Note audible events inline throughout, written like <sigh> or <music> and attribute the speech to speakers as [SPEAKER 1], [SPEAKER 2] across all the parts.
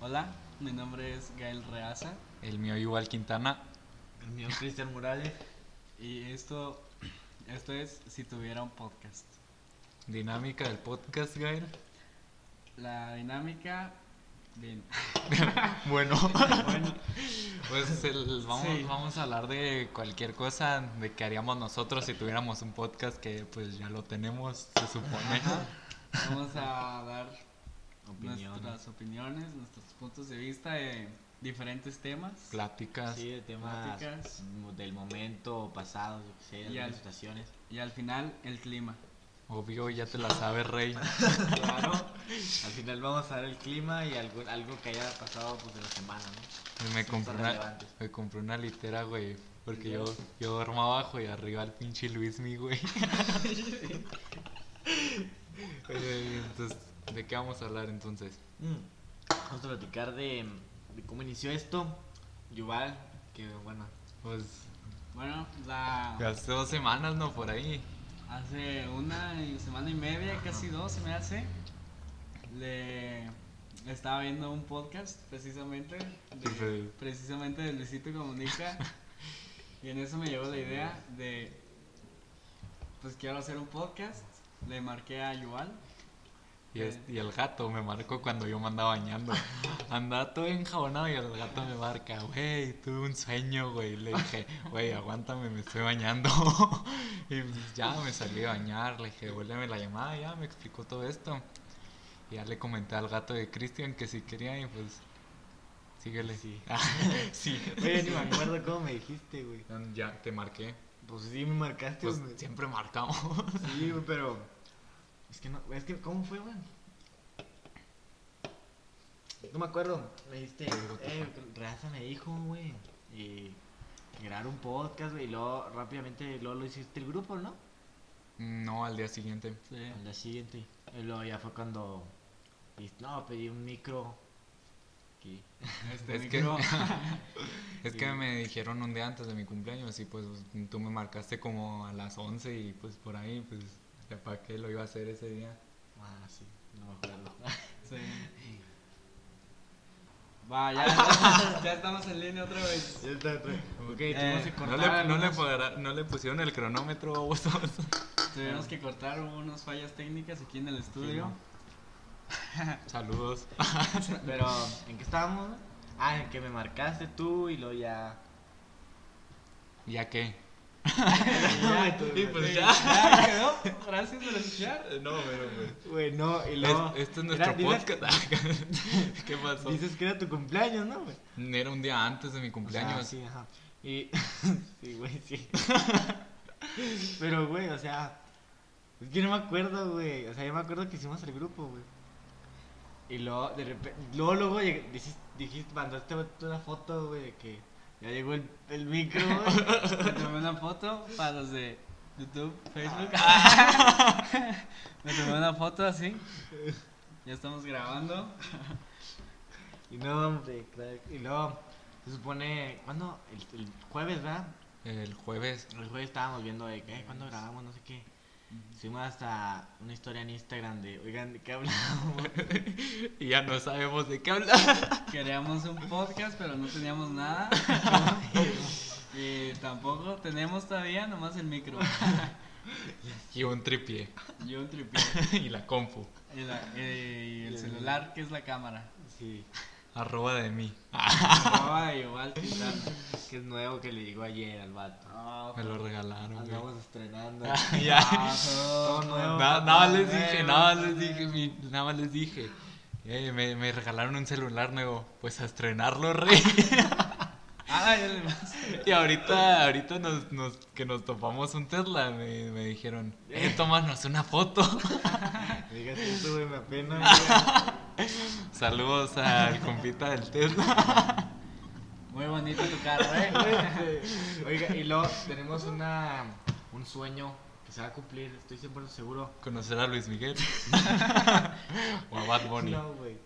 [SPEAKER 1] Hola, mi nombre es Gael Reaza
[SPEAKER 2] El mío igual Quintana.
[SPEAKER 3] El mío es Cristian Morales.
[SPEAKER 1] y esto, esto es Si tuviera un podcast.
[SPEAKER 2] Dinámica del podcast, Gael.
[SPEAKER 1] La dinámica,
[SPEAKER 3] <laughs>
[SPEAKER 1] bien,
[SPEAKER 2] Bueno,
[SPEAKER 1] bueno,
[SPEAKER 2] <laughs> pues el- vamos,
[SPEAKER 1] Sí.
[SPEAKER 2] vamos a hablar de cualquier cosa de que haríamos nosotros si tuviéramos un podcast que pues ya lo tenemos, se supone.
[SPEAKER 1] vamos a dar
[SPEAKER 3] Opinión.
[SPEAKER 1] nuestras opiniones, nuestros puntos de vista de diferentes temas.
[SPEAKER 2] Pláticas.
[SPEAKER 3] Sí, de temas
[SPEAKER 1] Pláticas.
[SPEAKER 3] mm, del momento pasado, yo qué sé,
[SPEAKER 1] Y al-
[SPEAKER 3] algunas situaciones.
[SPEAKER 1] Y al final, el clima.
[SPEAKER 2] Obvio, ya te la sabes,
[SPEAKER 3] <laughs>
[SPEAKER 2] Rey.
[SPEAKER 3] Claro. al final vamos a ver el clima y algo, algo que haya pasado pues, de la semana, ¿no?
[SPEAKER 2] Me
[SPEAKER 3] Son
[SPEAKER 2] compré, una,
[SPEAKER 3] relevantes.
[SPEAKER 2] me compré una litera, güey. Porque yo, yo duermo abajo y arriba el pinche Luis, mi
[SPEAKER 3] <laughs>
[SPEAKER 2] güey. <laughs> Eh, entonces, ¿de qué vamos a hablar entonces?
[SPEAKER 3] Mm. Vamos a platicar de, de cómo inició esto. Yuval, que
[SPEAKER 1] <laughs>
[SPEAKER 3] bueno.
[SPEAKER 2] Pues
[SPEAKER 1] Bueno, la,
[SPEAKER 2] hace dos semanas, ¿no? Por ahí.
[SPEAKER 1] hace una y- semana y media, casi dos, se me hace, le estaba viendo un podcast precisamente, de-
[SPEAKER 2] Sí.
[SPEAKER 1] precisamente de Luisito Comunica,
[SPEAKER 2] <laughs>
[SPEAKER 1] y en eso me llegó la idea de, pues quiero hacer un podcast, le marqué a Yuval,
[SPEAKER 2] Y, es- y el gato me marcó cuando yo me andaba bañando. Andaba todo enjabonado y el gato me marca, güey, tuve un sueño, güey. Le dije, güey, aguántame, me estoy bañando. <laughs> y pues ya me salí a bañar, le dije, devuélveme la llamada, ya me explicó todo esto. Y ya le comenté al gato de Cristian que si quería y pues, síguele.
[SPEAKER 3] Sí.
[SPEAKER 2] Ah, <laughs> sí.
[SPEAKER 3] Oye, ni me acuerdo cómo me dijiste, güey.
[SPEAKER 2] Ya te marqué.
[SPEAKER 3] Pues sí, me marcaste.
[SPEAKER 2] Pues
[SPEAKER 3] güey.
[SPEAKER 2] siempre marcamos.
[SPEAKER 3] Sí, güey, pero. Es que no. Es que, ¿cómo fue, güey? No me acuerdo. Me dijiste. Eh, Raza me dijo, güey. Y. Grabar un podcast, güey. Y luego, rápidamente, luego lo hiciste el grupo, ¿no?
[SPEAKER 2] No, al día siguiente.
[SPEAKER 1] sí,
[SPEAKER 3] Al día siguiente. Y luego ya fue cuando. dijiste, No, pedí un micro. Aquí.
[SPEAKER 1] este
[SPEAKER 2] Es que-
[SPEAKER 1] micro,
[SPEAKER 2] Es que me dijeron un día antes de mi cumpleaños y pues tú me marcaste como a las 11 y pues por ahí pues para qué lo iba a hacer ese día.
[SPEAKER 3] Ah, sí. No me acuerdo.
[SPEAKER 1] sí. Va, ya, ya- ya estamos en línea otra vez.
[SPEAKER 2] <laughs>
[SPEAKER 3] Ya está, está. Ok,
[SPEAKER 1] Eh,
[SPEAKER 3] tuvimos que
[SPEAKER 2] No
[SPEAKER 3] cortar.
[SPEAKER 2] le, no, le
[SPEAKER 3] algunas-
[SPEAKER 2] podrá- no le pusieron el cronómetro a vosotros.
[SPEAKER 1] Tuvimos que cortar hubo unas fallas técnicas aquí en el estudio.
[SPEAKER 2] <laughs> Saludos.
[SPEAKER 3] Pero, ¿en qué estábamos? güey? Ah, en que me marcaste tú y luego ya.
[SPEAKER 2] ¿Ya qué? Ah,
[SPEAKER 3] <laughs> Y pues ya.
[SPEAKER 1] Ya quedó. Gracias por escuchar.
[SPEAKER 2] No, pero pues.
[SPEAKER 3] Güey, no, y luego.
[SPEAKER 2] este es
[SPEAKER 3] era-
[SPEAKER 2] nuestro
[SPEAKER 3] dices-
[SPEAKER 2] podcast. <laughs> ¿Qué pasó?
[SPEAKER 3] Dices que era tu cumpleaños, ¿no, güey?
[SPEAKER 2] Era un día antes de mi
[SPEAKER 3] O sea,
[SPEAKER 2] cumpleaños.
[SPEAKER 3] sí, ajá. Y. <laughs> sí, güey,
[SPEAKER 2] <laughs>
[SPEAKER 3] sí. Pero, güey, o sea. Es que no me acuerdo, güey. O sea, yo me acuerdo que hicimos el grupo, güey. Y luego, de repente. Luego, luego lleg- dijiste, dijiste- mandaste una foto, güey, de que ya llegó el, el micro,
[SPEAKER 2] <laughs>
[SPEAKER 3] güey.
[SPEAKER 1] Me tomé una foto para los de YouTube, Facebook. Ah. <laughs> Me tomé una foto así. Ya estamos grabando.
[SPEAKER 3] Y no, hombre, crack. Y luego, se supone, ¿cuándo? El, el jueves, ¿verdad?
[SPEAKER 2] El jueves.
[SPEAKER 3] El jueves estábamos viendo de que, eh, ¿cuándo grabamos? No sé qué. Subimos hasta una historia en Instagram de, oigan, ¿de qué hablamos?
[SPEAKER 2] Y ya no sabemos de qué hablar. <laughs>
[SPEAKER 1] Queríamos un podcast, pero no teníamos <laughs> nada. Y tampoco tenemos todavía nomás el micro
[SPEAKER 2] Y un tripié. <laughs>
[SPEAKER 1] y un tripié
[SPEAKER 2] Y la compu.
[SPEAKER 1] y, la- eh, y el celular que es la cámara.
[SPEAKER 3] <laughs> Sí.
[SPEAKER 2] Arroba de mí.
[SPEAKER 1] Ay, igual Quintana.
[SPEAKER 3] Que es nuevo que le llegó ayer al vato.
[SPEAKER 1] Ah,
[SPEAKER 2] Me lo regalaron. güey.
[SPEAKER 3] Andamos <laughs> estrenando.
[SPEAKER 2] <laughs> Ya.
[SPEAKER 1] Oh.
[SPEAKER 3] Todo nuevo.
[SPEAKER 2] Nada, nada más les
[SPEAKER 1] Nuevo,
[SPEAKER 2] dije, nada más
[SPEAKER 1] nuevo.
[SPEAKER 2] les dije, mi- nada más les dije. Eh, me, me regalaron un celular nuevo, pues a estrenarlo, <laughs> rey.
[SPEAKER 1] Ah, ya le pasé.
[SPEAKER 2] Y ahorita, ahorita nos, nos- que nos topamos un Tesla, me, me dijeron, eh, tómanos una foto. <laughs>
[SPEAKER 3] Digas eso, güey, me apena. güey.
[SPEAKER 2] Saludos al compita del Tesla.
[SPEAKER 1] Muy bonito tu carro, eh.
[SPEAKER 3] <laughs> Oiga, y luego tenemos una, un sueño que se va a cumplir, estoy 100% seguro.
[SPEAKER 2] Conocer a Luis
[SPEAKER 3] <laughs>
[SPEAKER 2] Miguel. o a Bad Bunny.
[SPEAKER 3] No, güey.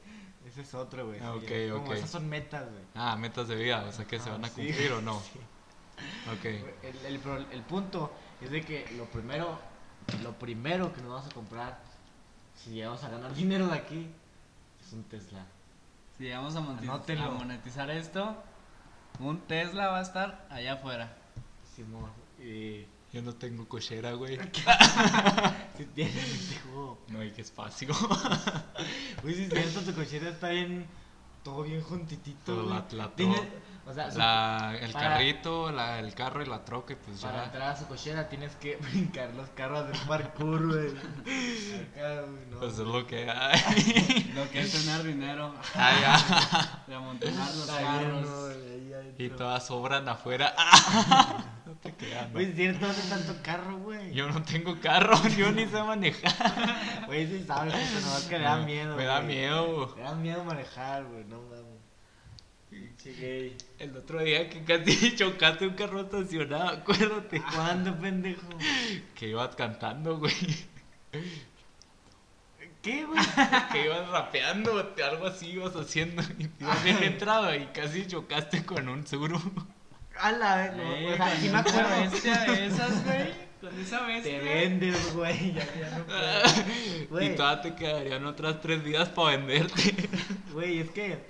[SPEAKER 3] Ese es otro, güey.
[SPEAKER 2] Ah,
[SPEAKER 3] sí,
[SPEAKER 2] ok,
[SPEAKER 3] es como
[SPEAKER 2] ok.
[SPEAKER 3] Esas son metas, güey.
[SPEAKER 2] Ah, metas de vida, o sea que se van a
[SPEAKER 3] Ah, <laughs> Sí.
[SPEAKER 2] cumplir o no. Ok.
[SPEAKER 3] El, el pro- el punto es de que lo primero, lo primero que nos vamos a comprar, si llegamos a ganar dinero de aquí, es un Tesla.
[SPEAKER 1] Sí, Si llegamos a, monti-
[SPEAKER 3] Anótenlo.
[SPEAKER 1] a monetizar esto, un Tesla va a estar allá afuera.
[SPEAKER 3] Simón. Y
[SPEAKER 2] Yo no tengo cochera, güey.
[SPEAKER 3] si tienes <laughs> este juego.
[SPEAKER 2] No hay que espacio.
[SPEAKER 3] Güey, si es cierto, tu cochera está bien. Todo bien juntitito.
[SPEAKER 2] Todo
[SPEAKER 3] güey.
[SPEAKER 2] la- la-
[SPEAKER 3] Tiene-
[SPEAKER 2] todo.
[SPEAKER 3] o sea, su-
[SPEAKER 2] La, el
[SPEAKER 3] Para-
[SPEAKER 2] carrito, la, el carro y la troca, y pues
[SPEAKER 3] para
[SPEAKER 2] ya.
[SPEAKER 3] entrar a su cochera tienes que <laughs> brincar los carros del parkour, güey. Acá, güey, no.
[SPEAKER 2] Pues es lo que
[SPEAKER 3] <laughs>
[SPEAKER 2] hay.
[SPEAKER 1] Lo que es tener dinero,
[SPEAKER 2] Ah,
[SPEAKER 1] de amontonar los
[SPEAKER 3] Está lleno,
[SPEAKER 1] carros.
[SPEAKER 3] güey, ahí
[SPEAKER 2] ya. <laughs> Y
[SPEAKER 3] adentro.
[SPEAKER 2] todas sobran afuera. <laughs> Ah, no te creas. no.
[SPEAKER 3] Güey, es cierto, hace tanto carro, güey.
[SPEAKER 2] Yo no tengo carro, <laughs> yo ni sé manejar.
[SPEAKER 3] Güey, sí
[SPEAKER 2] <laughs>
[SPEAKER 3] sabes, pero nomás que le da miedo,
[SPEAKER 2] Me da
[SPEAKER 3] güey.
[SPEAKER 2] miedo.
[SPEAKER 3] Le da miedo manejar, güey, no mames. Pinche gay.
[SPEAKER 2] El otro día que casi <laughs> chocaste un carro estacionado, acuérdate.
[SPEAKER 3] ¿Cuándo, pendejo?
[SPEAKER 2] Que ibas cantando, güey. <laughs>
[SPEAKER 3] ¿Qué, güey?
[SPEAKER 2] Que ibas rapeando, algo así ibas haciendo. <laughs> Y te ibas bien entrado y casi chocaste con un suru. <laughs>
[SPEAKER 3] A la vez, no.
[SPEAKER 1] Eh,
[SPEAKER 3] o sea, sí me
[SPEAKER 1] con esa
[SPEAKER 3] acuerdo.
[SPEAKER 1] bestia de esas, güey. Con esa bestia.
[SPEAKER 3] Te vendes, güey. Ya, ya no puedo.
[SPEAKER 2] <laughs> Y
[SPEAKER 3] Güey.
[SPEAKER 2] todavía te quedarían otras tres días para venderte.
[SPEAKER 3] Güey, es que.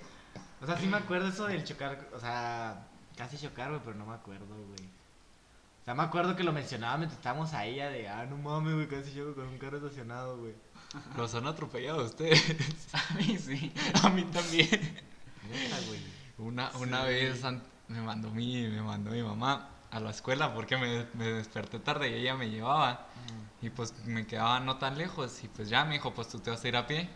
[SPEAKER 3] O sea, sí me acuerdo eso del chocar. O sea, casi chocar, güey, pero no me acuerdo, güey. O sea, me acuerdo que lo mencionaba mientras estábamos ahí, ya de, ah, no mames, güey, casi choco con un carro estacionado, güey.
[SPEAKER 2] Los han atropellado <laughs> a ustedes.
[SPEAKER 1] A mí sí.
[SPEAKER 2] A mí también.
[SPEAKER 3] Neta, güey.
[SPEAKER 2] Una, una
[SPEAKER 1] Sí.
[SPEAKER 2] vez an- me mandó mi, me mandó mi mamá a la escuela porque me, me desperté tarde y ella me llevaba. Y pues me quedaba no tan lejos. Y pues ya me dijo, pues tú te vas a ir a pie.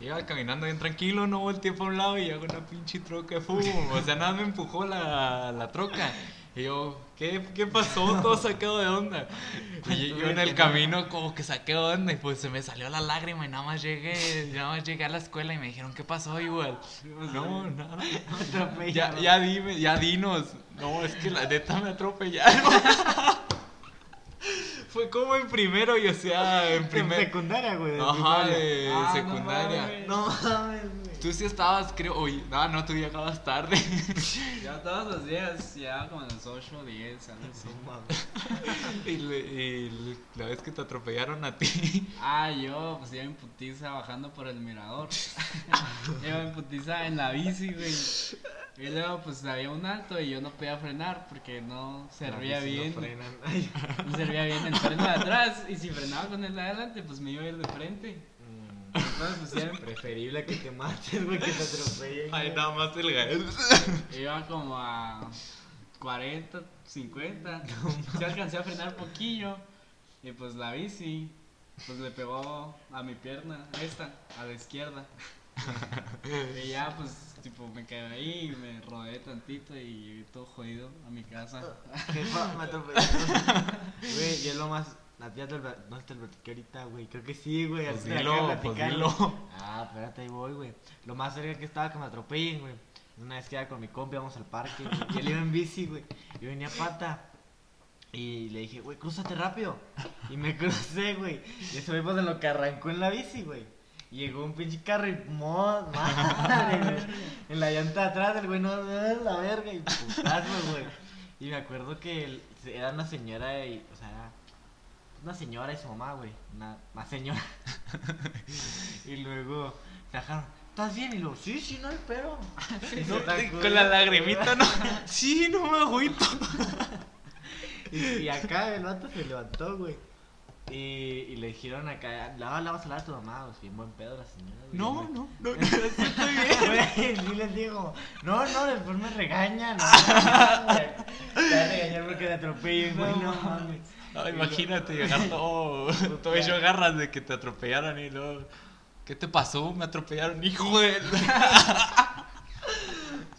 [SPEAKER 2] Y Iba caminando bien tranquilo, no volteé para un lado y hago una pinche troca, ¡fum! O sea, nada me empujó la, la troca. Y yo, ¿qué, qué pasó? Todo sacado de onda. Y yo en el camino como que saqué de onda y pues se me salió la lágrima y nada más llegué, nada más llegué a la escuela y me dijeron, ¿qué pasó, igual? No, nada. Ya,
[SPEAKER 3] Atropellado.
[SPEAKER 2] ya dime, ya dinos. No, es que la neta me atropellaron. Fue como en primero, y o sea, en
[SPEAKER 3] En
[SPEAKER 2] primer.
[SPEAKER 3] secundaria, güey. de
[SPEAKER 2] Ajá,
[SPEAKER 3] primaria.
[SPEAKER 1] Ah,
[SPEAKER 2] de
[SPEAKER 1] no
[SPEAKER 2] secundaria.
[SPEAKER 1] mames.
[SPEAKER 3] No mames, güey.
[SPEAKER 2] Tú sí estabas, creo. Oye, no, no, tú ya acabas tarde.
[SPEAKER 1] Ya todos los días, ya como a las 8 o 10, algo así.
[SPEAKER 3] No pues, mames.
[SPEAKER 2] y, le- y le- la vez que te atropellaron a ti.
[SPEAKER 1] Ah, yo, pues iba en putiza bajando por el mirador. <laughs> iba en putiza en la bici, güey. Y luego, pues había un alto y yo no podía frenar porque no servía
[SPEAKER 3] No, pues,
[SPEAKER 1] bien.
[SPEAKER 3] no frenan. <laughs> Ay.
[SPEAKER 1] No servía bien el freno de atrás. Y si frenaba con el de adelante, pues me iba a ir de frente.
[SPEAKER 3] Mm,
[SPEAKER 1] Entonces, pues iba, en-
[SPEAKER 3] Preferible que te mates, güey, que te atropellen.
[SPEAKER 2] Ay,
[SPEAKER 3] güey.
[SPEAKER 2] nada más el Gael.
[SPEAKER 1] iba como a 40, 50. Sí alcancé a frenar poquillo. Y pues la bici, pues le pegó a mi pierna, esta, a la izquierda. Y ya, pues, tipo, me quedé ahí, me rodeé tantito y llegué todo jodido a mi casa.
[SPEAKER 3] Jefa, me atropellaron. Güey, yo lo más. Ya te lo, pla- no te lo platiqué ahorita, güey. Creo que sí, güey.
[SPEAKER 2] Pues
[SPEAKER 3] así te la
[SPEAKER 2] dilo,
[SPEAKER 3] quiero
[SPEAKER 2] pues
[SPEAKER 3] platicar.
[SPEAKER 2] dilo.
[SPEAKER 3] Ah, espérate, ahí voy, güey. Lo más cerca que estaba que me atropellen, güey. Una vez que iba con mi compa, íbamos al parque. güey, Y él iba en bici, güey. Yo venía a pata. Y le dije, güey, crúzate rápido. Y me <laughs> crucé, güey. Y ese güey, pues, en lo que arrancó en la bici, güey. Llegó un pinche carro y mo- <laughs> madre, güey. En la llanta de atrás, el güey no la verga y putazo, güey. Y me acuerdo que el- era una señora y, o sea, era una señora y su mamá, güey. Una,
[SPEAKER 2] <laughs>
[SPEAKER 3] una señora. y luego se bajaron. ¿Estás bien? Y lo, sí, sí, no hay
[SPEAKER 2] <laughs>
[SPEAKER 3] pedo. Y se sacó
[SPEAKER 2] Con la lagrimita, ¿no? Sí, no me agüito.
[SPEAKER 3] Y, y acá el vato se levantó, güey. Y, y le dijeron acá, la, la vas a hablar a tu mamá, güey. Bien buen pedo la señora, güey.
[SPEAKER 2] No,
[SPEAKER 3] Hombre.
[SPEAKER 2] no, no, estoy bien.
[SPEAKER 3] Güey, <laughs> sí les digo, no, no, después me regañan. No, no, güey. Te van a regañar porque te atropellen, güey, no mames.
[SPEAKER 2] Ah, imagínate llegar todo, todo hecho garras de que te atropellaron y luego. ¿Qué te pasó? Me atropellaron, hijo de.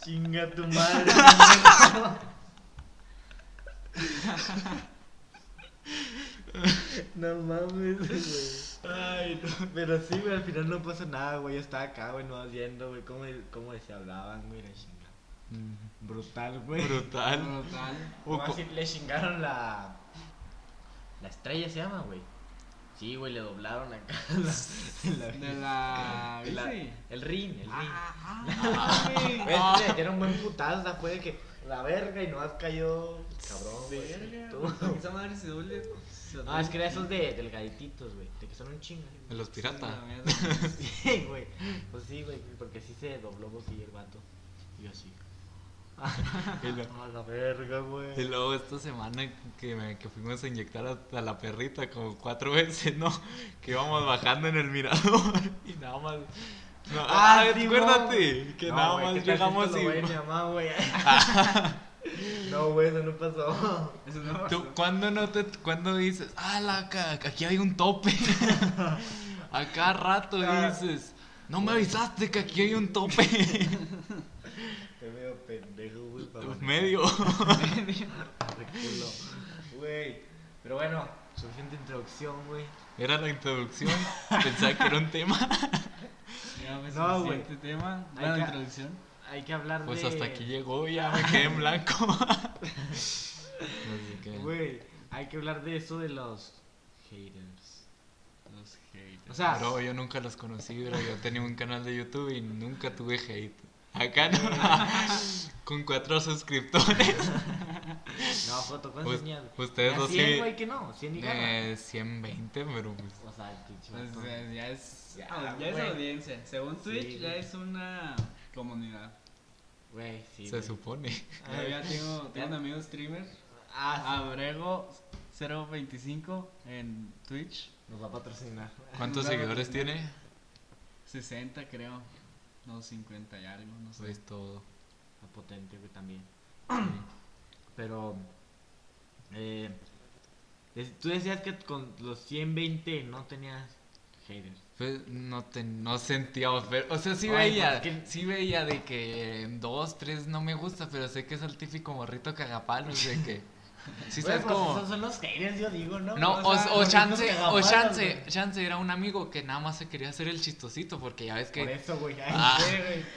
[SPEAKER 3] Chinga tu madre. No mames, güey.
[SPEAKER 2] Ay, no.
[SPEAKER 3] Pero sí, güey, al final no pasó nada, güey. Yo estaba acá, güey, no haciendo, güey. ¿Cómo, cómo se hablaban, güey? La chinga. Brutal, güey.
[SPEAKER 2] Mm, Brutal.
[SPEAKER 1] Brutal.
[SPEAKER 2] O
[SPEAKER 3] Nomás
[SPEAKER 2] co-
[SPEAKER 3] sí le chingaron la. La estrella se llama, güey. Sí, güey, le doblaron acá. <laughs> la- la-
[SPEAKER 1] De la bici.
[SPEAKER 3] la- el ring, el ring.
[SPEAKER 1] Ah,
[SPEAKER 3] Güey,
[SPEAKER 2] Ah.
[SPEAKER 3] Le dieron buen putazo, o sea, fue de que la verga y no has caído. Cabrón, güey.
[SPEAKER 1] Verga. Ah,
[SPEAKER 3] Tú.
[SPEAKER 1] Esa madre se duele. pues, se
[SPEAKER 3] No, es
[SPEAKER 1] duele.
[SPEAKER 3] que era esos de delgadititos, güey. De que son un chingo.
[SPEAKER 2] de los piratas.
[SPEAKER 1] Sí, la mierda.
[SPEAKER 3] <laughs> Sí, güey. Pues sí, así, güey, porque así se dobló así el vato. Y yo así.
[SPEAKER 2] Y
[SPEAKER 3] <laughs>
[SPEAKER 2] lo-
[SPEAKER 3] A la verga,
[SPEAKER 2] Y
[SPEAKER 3] güey.
[SPEAKER 2] luego esta semana que, me- que fuimos a inyectar a, a la perrita como cuatro <laughs> veces, ¿no? Que íbamos bajando en el mirador <laughs> y nada más... No, ah,
[SPEAKER 3] sí,
[SPEAKER 2] acuérdate
[SPEAKER 3] güey.
[SPEAKER 2] que
[SPEAKER 3] No,
[SPEAKER 2] nada
[SPEAKER 3] güey,
[SPEAKER 2] más
[SPEAKER 3] ¿qué tal si
[SPEAKER 2] llegamos
[SPEAKER 3] esto
[SPEAKER 2] y...
[SPEAKER 3] lo <laughs> ve mi mamá, güey? No, güey, eso no pasó.
[SPEAKER 1] Eso
[SPEAKER 2] <laughs>
[SPEAKER 1] no
[SPEAKER 2] ¿Tú,
[SPEAKER 1] pasó.
[SPEAKER 2] ¿Cuándo no te, cuándo dices, ah, la, ca- aquí hay un
[SPEAKER 3] <laughs>
[SPEAKER 2] tope? a cada rato
[SPEAKER 3] Ah.
[SPEAKER 2] dices, no me avisaste que aquí hay un tope.
[SPEAKER 3] <laughs> Te veo pendejo, güey. para manejar.
[SPEAKER 2] Medio.
[SPEAKER 3] De culo. Güey. Pero bueno, suficiente introducción, güey.
[SPEAKER 2] Era la introducción. Pensaba que era un tema.
[SPEAKER 1] Ya, pues,
[SPEAKER 3] No,
[SPEAKER 1] suficiente tema.
[SPEAKER 3] Hay
[SPEAKER 1] Buena
[SPEAKER 3] que-
[SPEAKER 1] introducción.
[SPEAKER 3] Hay que hablar de.
[SPEAKER 2] Pues hasta aquí llegó, ya me quedé en blanco. Así que,
[SPEAKER 3] Güey, hay que hablar de eso de los haters.
[SPEAKER 1] Los haters.
[SPEAKER 3] O sea,
[SPEAKER 2] Bro, yo nunca los conocí, bro. Yo tenía un canal de YouTube y nunca tuve hate. Acá
[SPEAKER 3] <laughs>
[SPEAKER 2] no. Con cuatro suscriptores.
[SPEAKER 3] no, foto, ¿cuánto
[SPEAKER 2] Us-
[SPEAKER 3] tenías?
[SPEAKER 2] Ustedes dos
[SPEAKER 3] 100,
[SPEAKER 2] sí.
[SPEAKER 3] güey, que no, 100 y gana.
[SPEAKER 2] Eh, 120, pero pues.
[SPEAKER 3] O sea, el pinche
[SPEAKER 1] Pues,
[SPEAKER 3] vato.
[SPEAKER 1] eh, ya es,
[SPEAKER 3] Ya,
[SPEAKER 1] ah, ya es
[SPEAKER 3] güey.
[SPEAKER 1] audiencia. Según
[SPEAKER 3] Sí,
[SPEAKER 1] Twitch, ya
[SPEAKER 3] güey.
[SPEAKER 1] es una comunidad.
[SPEAKER 3] Güey, sí.
[SPEAKER 2] Se
[SPEAKER 3] güey.
[SPEAKER 2] supone.
[SPEAKER 1] Yo Ah, ya <laughs> tengo, tengo un
[SPEAKER 3] ya.
[SPEAKER 1] amigo streamer,
[SPEAKER 3] Ah,
[SPEAKER 1] Abrego 025 en Twitch,
[SPEAKER 3] sí, nos va a patrocinar.
[SPEAKER 2] ¿Cuántos
[SPEAKER 1] Claro que
[SPEAKER 2] seguidores
[SPEAKER 1] no.
[SPEAKER 2] tiene?
[SPEAKER 1] 60 creo, no 50 y algo, no sé.
[SPEAKER 2] Pues todo.
[SPEAKER 3] Está potente, güey, <clears throat> también. Pero. Eh, des- tú decías que con los 120 no tenías haters.
[SPEAKER 2] Pues no, te, no sentía ofer- O sea, sí
[SPEAKER 3] Ay,
[SPEAKER 2] veía.
[SPEAKER 3] pues, que-
[SPEAKER 2] Sí veía de que eh, dos, tres no me gusta, pero sé que es el típico morrito cagapalos de
[SPEAKER 3] <laughs>
[SPEAKER 2] que. Sí,
[SPEAKER 3] Güey,
[SPEAKER 2] sabes
[SPEAKER 3] pues,
[SPEAKER 2] cómo.
[SPEAKER 3] Esos son los haters, yo digo, ¿no?
[SPEAKER 2] No, o,
[SPEAKER 3] sea,
[SPEAKER 2] o
[SPEAKER 3] los
[SPEAKER 2] chance,
[SPEAKER 3] mismos
[SPEAKER 2] o
[SPEAKER 3] cagapalos,
[SPEAKER 2] chance,
[SPEAKER 3] güey.
[SPEAKER 2] chance era un amigo que nada más se quería hacer el chistosito, porque ya ves
[SPEAKER 3] Por
[SPEAKER 2] que
[SPEAKER 3] eso, güey. Hay,
[SPEAKER 2] Ah,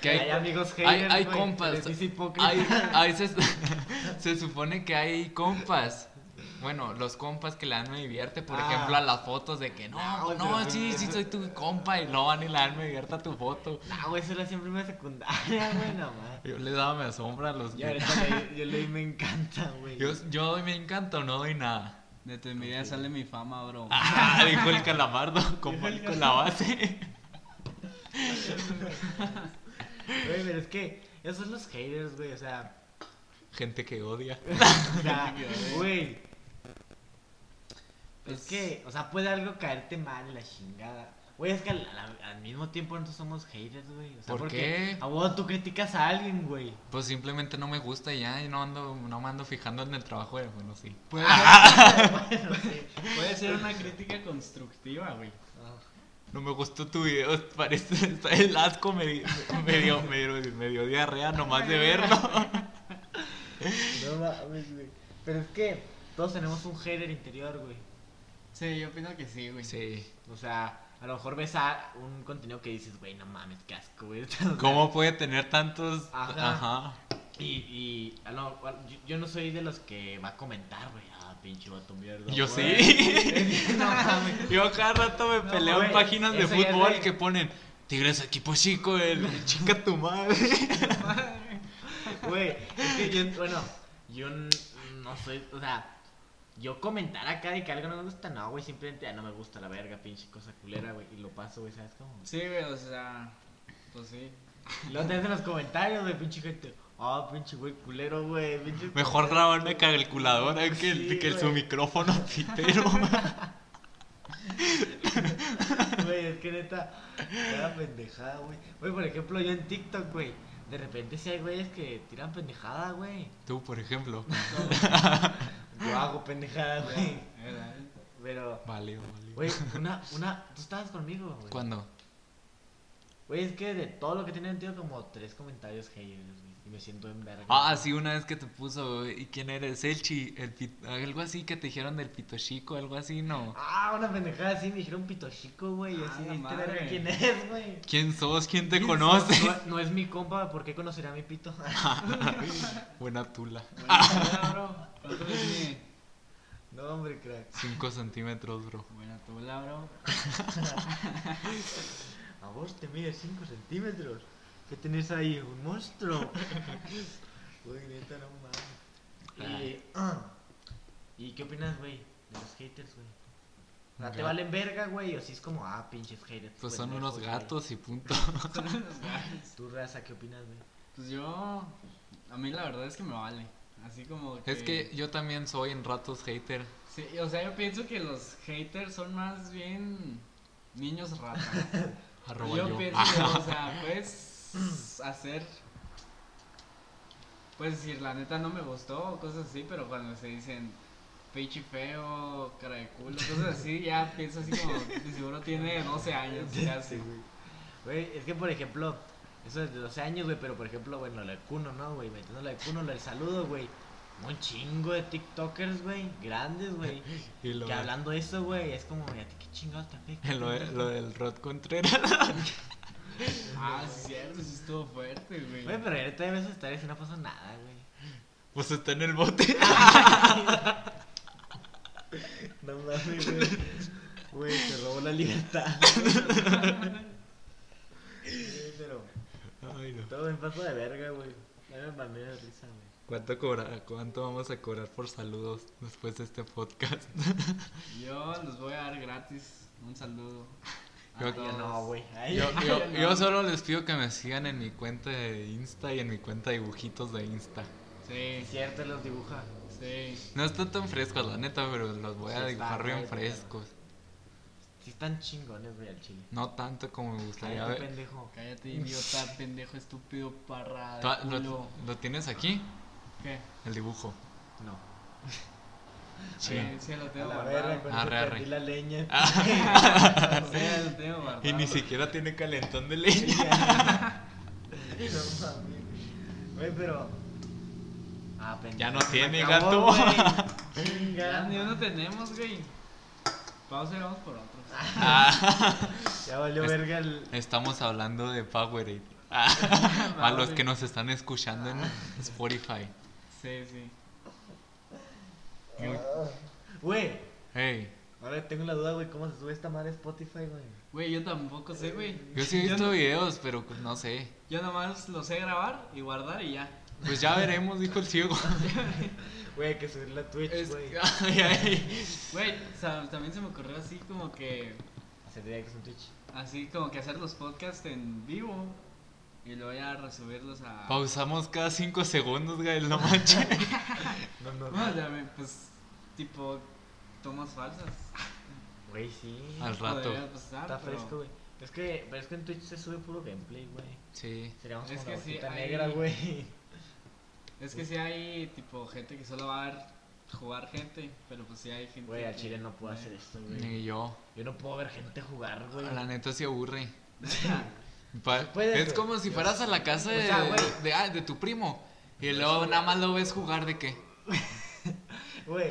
[SPEAKER 2] que hay-
[SPEAKER 3] hay, amigos haters.
[SPEAKER 2] hay, hay
[SPEAKER 3] güey, que
[SPEAKER 2] compas,
[SPEAKER 3] les dice hipócrita.
[SPEAKER 2] hay, hay- se, <laughs> se supone que hay compas, bueno, los compas que le dan me divierte, por
[SPEAKER 3] Ah.
[SPEAKER 2] ejemplo, a las fotos de que no,
[SPEAKER 3] No,
[SPEAKER 2] no,
[SPEAKER 3] pero-
[SPEAKER 2] sí, sí, soy tu compa y no van y le dan me divierte a tu foto.
[SPEAKER 3] No, Ah, güey, eso era siempre en la secundaria, <laughs> güey, nada más.
[SPEAKER 2] Yo les daba me asombra a los...
[SPEAKER 3] Y ahorita le- yo leí, me encanta, güey.
[SPEAKER 2] Yo, yo doy me encanto, no doy nada.
[SPEAKER 1] De tu envidia sale mi fama, bro.
[SPEAKER 2] Ah, <laughs> dijo el calamardo, como el con la base.
[SPEAKER 3] Güey, pero es que esos son los haters, güey, o sea.
[SPEAKER 2] Gente que odia.
[SPEAKER 3] O sea, güey.
[SPEAKER 1] Pues-
[SPEAKER 3] Es que, o sea, puede algo caerte mal, la chingada. Güey, es que al, al- al mismo tiempo nosotros somos haters, güey. O sea,
[SPEAKER 2] ¿Por
[SPEAKER 3] porque,
[SPEAKER 2] qué?
[SPEAKER 3] A vos tú criticas a alguien, güey.
[SPEAKER 2] Pues simplemente no me gusta y ya y no ando, no me ando fijando en el trabajo de bueno sí.
[SPEAKER 1] Puede,
[SPEAKER 3] <laughs> Bueno, sí.
[SPEAKER 1] puede ser una crítica constructiva, güey.
[SPEAKER 2] No me gustó tu video, <laughs> parece está el asco me, di- me dio, me dio- me dio diarrea nomás de
[SPEAKER 3] <laughs>
[SPEAKER 2] verlo.
[SPEAKER 3] No mames, güey. Pero es que todos tenemos un hater interior, güey.
[SPEAKER 1] Sí, yo pienso que sí, güey.
[SPEAKER 2] Sí.
[SPEAKER 3] O sea, a lo mejor ves a un contenido que dices, güey, no mames, qué asco, güey. O sea,
[SPEAKER 2] ¿Cómo puede tener tantos?
[SPEAKER 3] Ajá.
[SPEAKER 2] Ajá.
[SPEAKER 3] Y, y a lo- a- yo, yo no soy de los que va a comentar, güey, ah, pinche vato mierda.
[SPEAKER 2] Yo
[SPEAKER 3] güey.
[SPEAKER 2] sí.
[SPEAKER 3] <laughs> no mames.
[SPEAKER 2] Yo cada rato me
[SPEAKER 3] No,
[SPEAKER 2] peleo en
[SPEAKER 3] güey,
[SPEAKER 2] páginas de
[SPEAKER 3] eso ya es
[SPEAKER 2] fútbol
[SPEAKER 3] de-
[SPEAKER 2] que ponen Tigres equipo chico,
[SPEAKER 3] <laughs>
[SPEAKER 2] el chica tu madre.
[SPEAKER 3] Güey, es que yo, bueno, yo n- no soy, o sea, yo comentar acá de que algo no me gusta, no, güey, simplemente ah, no me gusta la verga, pinche cosa culera, güey, y lo paso, güey, ¿sabes cómo?
[SPEAKER 1] Sí, güey, o sea, pues sí.
[SPEAKER 3] Y Luego te hacen los comentarios, güey, pinche gente, ah, pinche güey, culero, güey, pinche.
[SPEAKER 2] Mejor
[SPEAKER 3] culero,
[SPEAKER 2] grabarme
[SPEAKER 3] güey".
[SPEAKER 2] calculadora eh, que, el-
[SPEAKER 3] Sí,
[SPEAKER 2] que el- su
[SPEAKER 3] güey. <laughs>
[SPEAKER 2] micrófono pitero.
[SPEAKER 3] Güey, es que neta, cada pendejada, güey. Güey, por ejemplo, yo en TikTok, güey, de repente sí hay güeyes que tiran pendejada, güey.
[SPEAKER 2] Tú, por ejemplo.
[SPEAKER 3] Yo hago pendejada, güey.
[SPEAKER 1] Era, eh.
[SPEAKER 3] Pero,
[SPEAKER 2] Vale, vale.
[SPEAKER 3] güey, una, una, tú estabas conmigo, güey.
[SPEAKER 2] ¿Cuándo?
[SPEAKER 3] Güey, es que de todo lo que tiene han tenido como tres comentarios haters, güey. Y me siento en verga.
[SPEAKER 2] Ah, sí, una vez que te puso, ¿y quién eres? El chi, el pit- algo así que te dijeron del pito chico, algo así, ¿no?
[SPEAKER 3] Ah, una pendejada así, me dijeron pito chico, güey. Y
[SPEAKER 1] Ah,
[SPEAKER 3] así,
[SPEAKER 1] la
[SPEAKER 3] viste
[SPEAKER 1] madre.
[SPEAKER 3] verga quién es, güey.
[SPEAKER 2] ¿Quién sos? ¿Quién te
[SPEAKER 3] ¿Quién
[SPEAKER 2] conoce?
[SPEAKER 3] soy? <laughs> No, no es mi compa, ¿por qué conocería a mi pito? <laughs>
[SPEAKER 2] Buena tula.
[SPEAKER 1] Bueno, <laughs> ya, bro. ¿Cuánto le tiene?
[SPEAKER 3] no, hombre, crack.
[SPEAKER 2] 5 centímetros, bro.
[SPEAKER 1] Buena tula, bro. <laughs>
[SPEAKER 3] A vos te mide 5 centímetros. ¿Qué tenés ahí? ¿Un monstruo? Güey, neta, no ah, mames. Y, ¿Y qué opinas, güey? De los haters, güey. O sea, te
[SPEAKER 2] Gato.
[SPEAKER 3] valen verga, güey, o si es como, ah, pinches haters.
[SPEAKER 2] Pues son
[SPEAKER 3] pendejos,
[SPEAKER 2] unos
[SPEAKER 3] güey.
[SPEAKER 2] gatos y punto.
[SPEAKER 1] Son unos gatos.
[SPEAKER 3] ¿Tú, raza, qué opinas, güey?
[SPEAKER 1] Pues yo, a mí la verdad es que me vale. Así como que...
[SPEAKER 2] Es que yo también soy en ratos hater.
[SPEAKER 1] Sí, o sea, yo pienso que los haters son más bien niños rata.
[SPEAKER 2] Arroba
[SPEAKER 1] yo,
[SPEAKER 2] yo. <laughs> Ah,
[SPEAKER 1] pienso, o sea, puedes hacer. Puedes decir, la neta no me gustó, o cosas así, pero cuando se dicen pinche feo, cara de culo, cosas así, ya pienso así como, de seguro tiene 12 años, ya sé.
[SPEAKER 3] Sí, güey. Güey, es que por ejemplo, eso es de 12 años, güey, pero por ejemplo, bueno, lo del cuno, ¿no, güey? Metiendo lo del cuno, lo del saludo, güey. Un chingo de TikTokers, güey, grandes, güey.
[SPEAKER 2] Y lo,
[SPEAKER 3] Que hablando de eso, güey, es como, güey, ¿a ti qué chingados te
[SPEAKER 2] <laughs>
[SPEAKER 3] afecta?
[SPEAKER 2] lo, lo del Rod Contreras. <laughs>
[SPEAKER 1] Ah, sí, cierto, sí estuvo fuerte, güey.
[SPEAKER 3] Güey, pero ahorita debes estar y no pasa nada, güey.
[SPEAKER 2] Pues está en el bote.
[SPEAKER 3] No mames, güey. Güey, te robó la <laughs> libertad. Güey, pero
[SPEAKER 2] Ay, no.
[SPEAKER 3] todo en paso de verga, güey. Ya me mamé de risa, güey.
[SPEAKER 2] ¿Cuánto, cobra- ¿Cuánto vamos a cobrar por saludos después de este podcast?
[SPEAKER 1] Yo los voy a dar gratis. Un saludo. a
[SPEAKER 2] Yo-
[SPEAKER 3] Ay, ya no,
[SPEAKER 1] todos.
[SPEAKER 3] güey. Ay,
[SPEAKER 2] Yo,
[SPEAKER 1] Ay,
[SPEAKER 2] yo-
[SPEAKER 1] no.
[SPEAKER 2] yo solo les pido que me sigan en mi cuenta de Insta y en mi cuenta de dibujitos de Insta.
[SPEAKER 1] Sí,
[SPEAKER 3] <laughs> Es cierto, los dibuja.
[SPEAKER 1] sí.
[SPEAKER 2] No están tan frescos, la neta, pero los voy a
[SPEAKER 3] Sí está,
[SPEAKER 2] dibujar
[SPEAKER 3] güey,
[SPEAKER 2] bien
[SPEAKER 3] pero-
[SPEAKER 2] frescos.
[SPEAKER 3] Sí están chingones, güey, al chile.
[SPEAKER 2] No tanto como me gustaría
[SPEAKER 3] Cállate,
[SPEAKER 2] ver.
[SPEAKER 3] pendejo.
[SPEAKER 1] Cállate, idiota, pendejo, estúpido, parra. de
[SPEAKER 2] Tú-
[SPEAKER 1] culo.
[SPEAKER 2] ¿Lo, lo tienes aquí?
[SPEAKER 1] ¿Qué?
[SPEAKER 2] El dibujo.
[SPEAKER 3] No.
[SPEAKER 2] Sí.
[SPEAKER 1] Sí, sí, lo
[SPEAKER 3] A
[SPEAKER 1] tengo
[SPEAKER 3] la
[SPEAKER 1] guardado. <laughs>
[SPEAKER 3] verga, pues. con eso
[SPEAKER 2] Arre, arre.
[SPEAKER 3] perdí la leña.
[SPEAKER 1] Sí, lo tengo guardado.
[SPEAKER 2] Y ni siquiera tiene calentón de leña.
[SPEAKER 3] No mames. Güey, pero. Ah, pendejo.
[SPEAKER 2] Ya no tiene, <laughs>
[SPEAKER 3] Acabó,
[SPEAKER 2] gato.
[SPEAKER 3] güey.
[SPEAKER 1] Ya
[SPEAKER 3] Chinga.
[SPEAKER 1] ni uno tenemos, güey. Pausa y vamos por otro.
[SPEAKER 3] Ah,
[SPEAKER 1] <laughs>
[SPEAKER 3] Ya valió
[SPEAKER 2] Es-
[SPEAKER 3] verga el.
[SPEAKER 2] Estamos hablando de Powerade.
[SPEAKER 3] Ah,
[SPEAKER 2] A los que nos están escuchando en Spotify.
[SPEAKER 1] Sí, sí.
[SPEAKER 2] Muy-
[SPEAKER 3] Güey,
[SPEAKER 2] Hey,
[SPEAKER 3] ahora tengo la duda, güey, ¿cómo se sube esta madre a Spotify, güey?
[SPEAKER 1] Güey, yo tampoco sé, güey.
[SPEAKER 2] yo sí he
[SPEAKER 1] Yo
[SPEAKER 2] visto
[SPEAKER 1] no-
[SPEAKER 2] videos, pero pues no sé.
[SPEAKER 1] Yo nomás lo sé grabar y guardar y ya.
[SPEAKER 2] Pues ya veremos, dijo el
[SPEAKER 3] <laughs>
[SPEAKER 2] ciego.
[SPEAKER 3] Güey, hay que subirla a Twitch,
[SPEAKER 2] Es-
[SPEAKER 3] güey.
[SPEAKER 2] Ay, ay.
[SPEAKER 1] Güey, o sea, también se me ocurrió así como que.
[SPEAKER 3] Se diría que es un Twitch.
[SPEAKER 1] Así como que hacer los podcasts en vivo. Y luego ya resubirlos a.
[SPEAKER 2] Pausamos cada 5 segundos, Gael, no manches.
[SPEAKER 3] No, no.
[SPEAKER 1] Bueno, ya me- pues. Tipo. Tomas falsas.
[SPEAKER 3] Güey, sí.
[SPEAKER 2] Al rato.
[SPEAKER 1] Podría pasar,
[SPEAKER 3] Está
[SPEAKER 1] pero-
[SPEAKER 3] fresco, güey. Es que, pero es que en Twitch se sube puro gameplay, güey.
[SPEAKER 2] Sí.
[SPEAKER 3] Seríamos
[SPEAKER 1] Es
[SPEAKER 3] como la
[SPEAKER 1] que sí,
[SPEAKER 3] hojita
[SPEAKER 1] ahí- <laughs>
[SPEAKER 3] negra, güey.
[SPEAKER 1] Es que si hay tipo gente que solo va a ver jugar gente, pero pues si hay gente.
[SPEAKER 3] Güey, al
[SPEAKER 1] que- <laughs>
[SPEAKER 3] chile no puedo hacer esto, güey.
[SPEAKER 2] Ni yo.
[SPEAKER 3] Yo no puedo ver gente jugar, güey.
[SPEAKER 2] La neta se aburre.
[SPEAKER 3] Se
[SPEAKER 2] Pa-
[SPEAKER 3] puede,
[SPEAKER 2] es
[SPEAKER 3] güey.
[SPEAKER 2] como si fueras a la casa
[SPEAKER 3] O
[SPEAKER 2] de,
[SPEAKER 3] sea, güey.
[SPEAKER 2] de- ah, de tu primo. Y luego nada más lo ves jugar de qué.
[SPEAKER 3] Güey,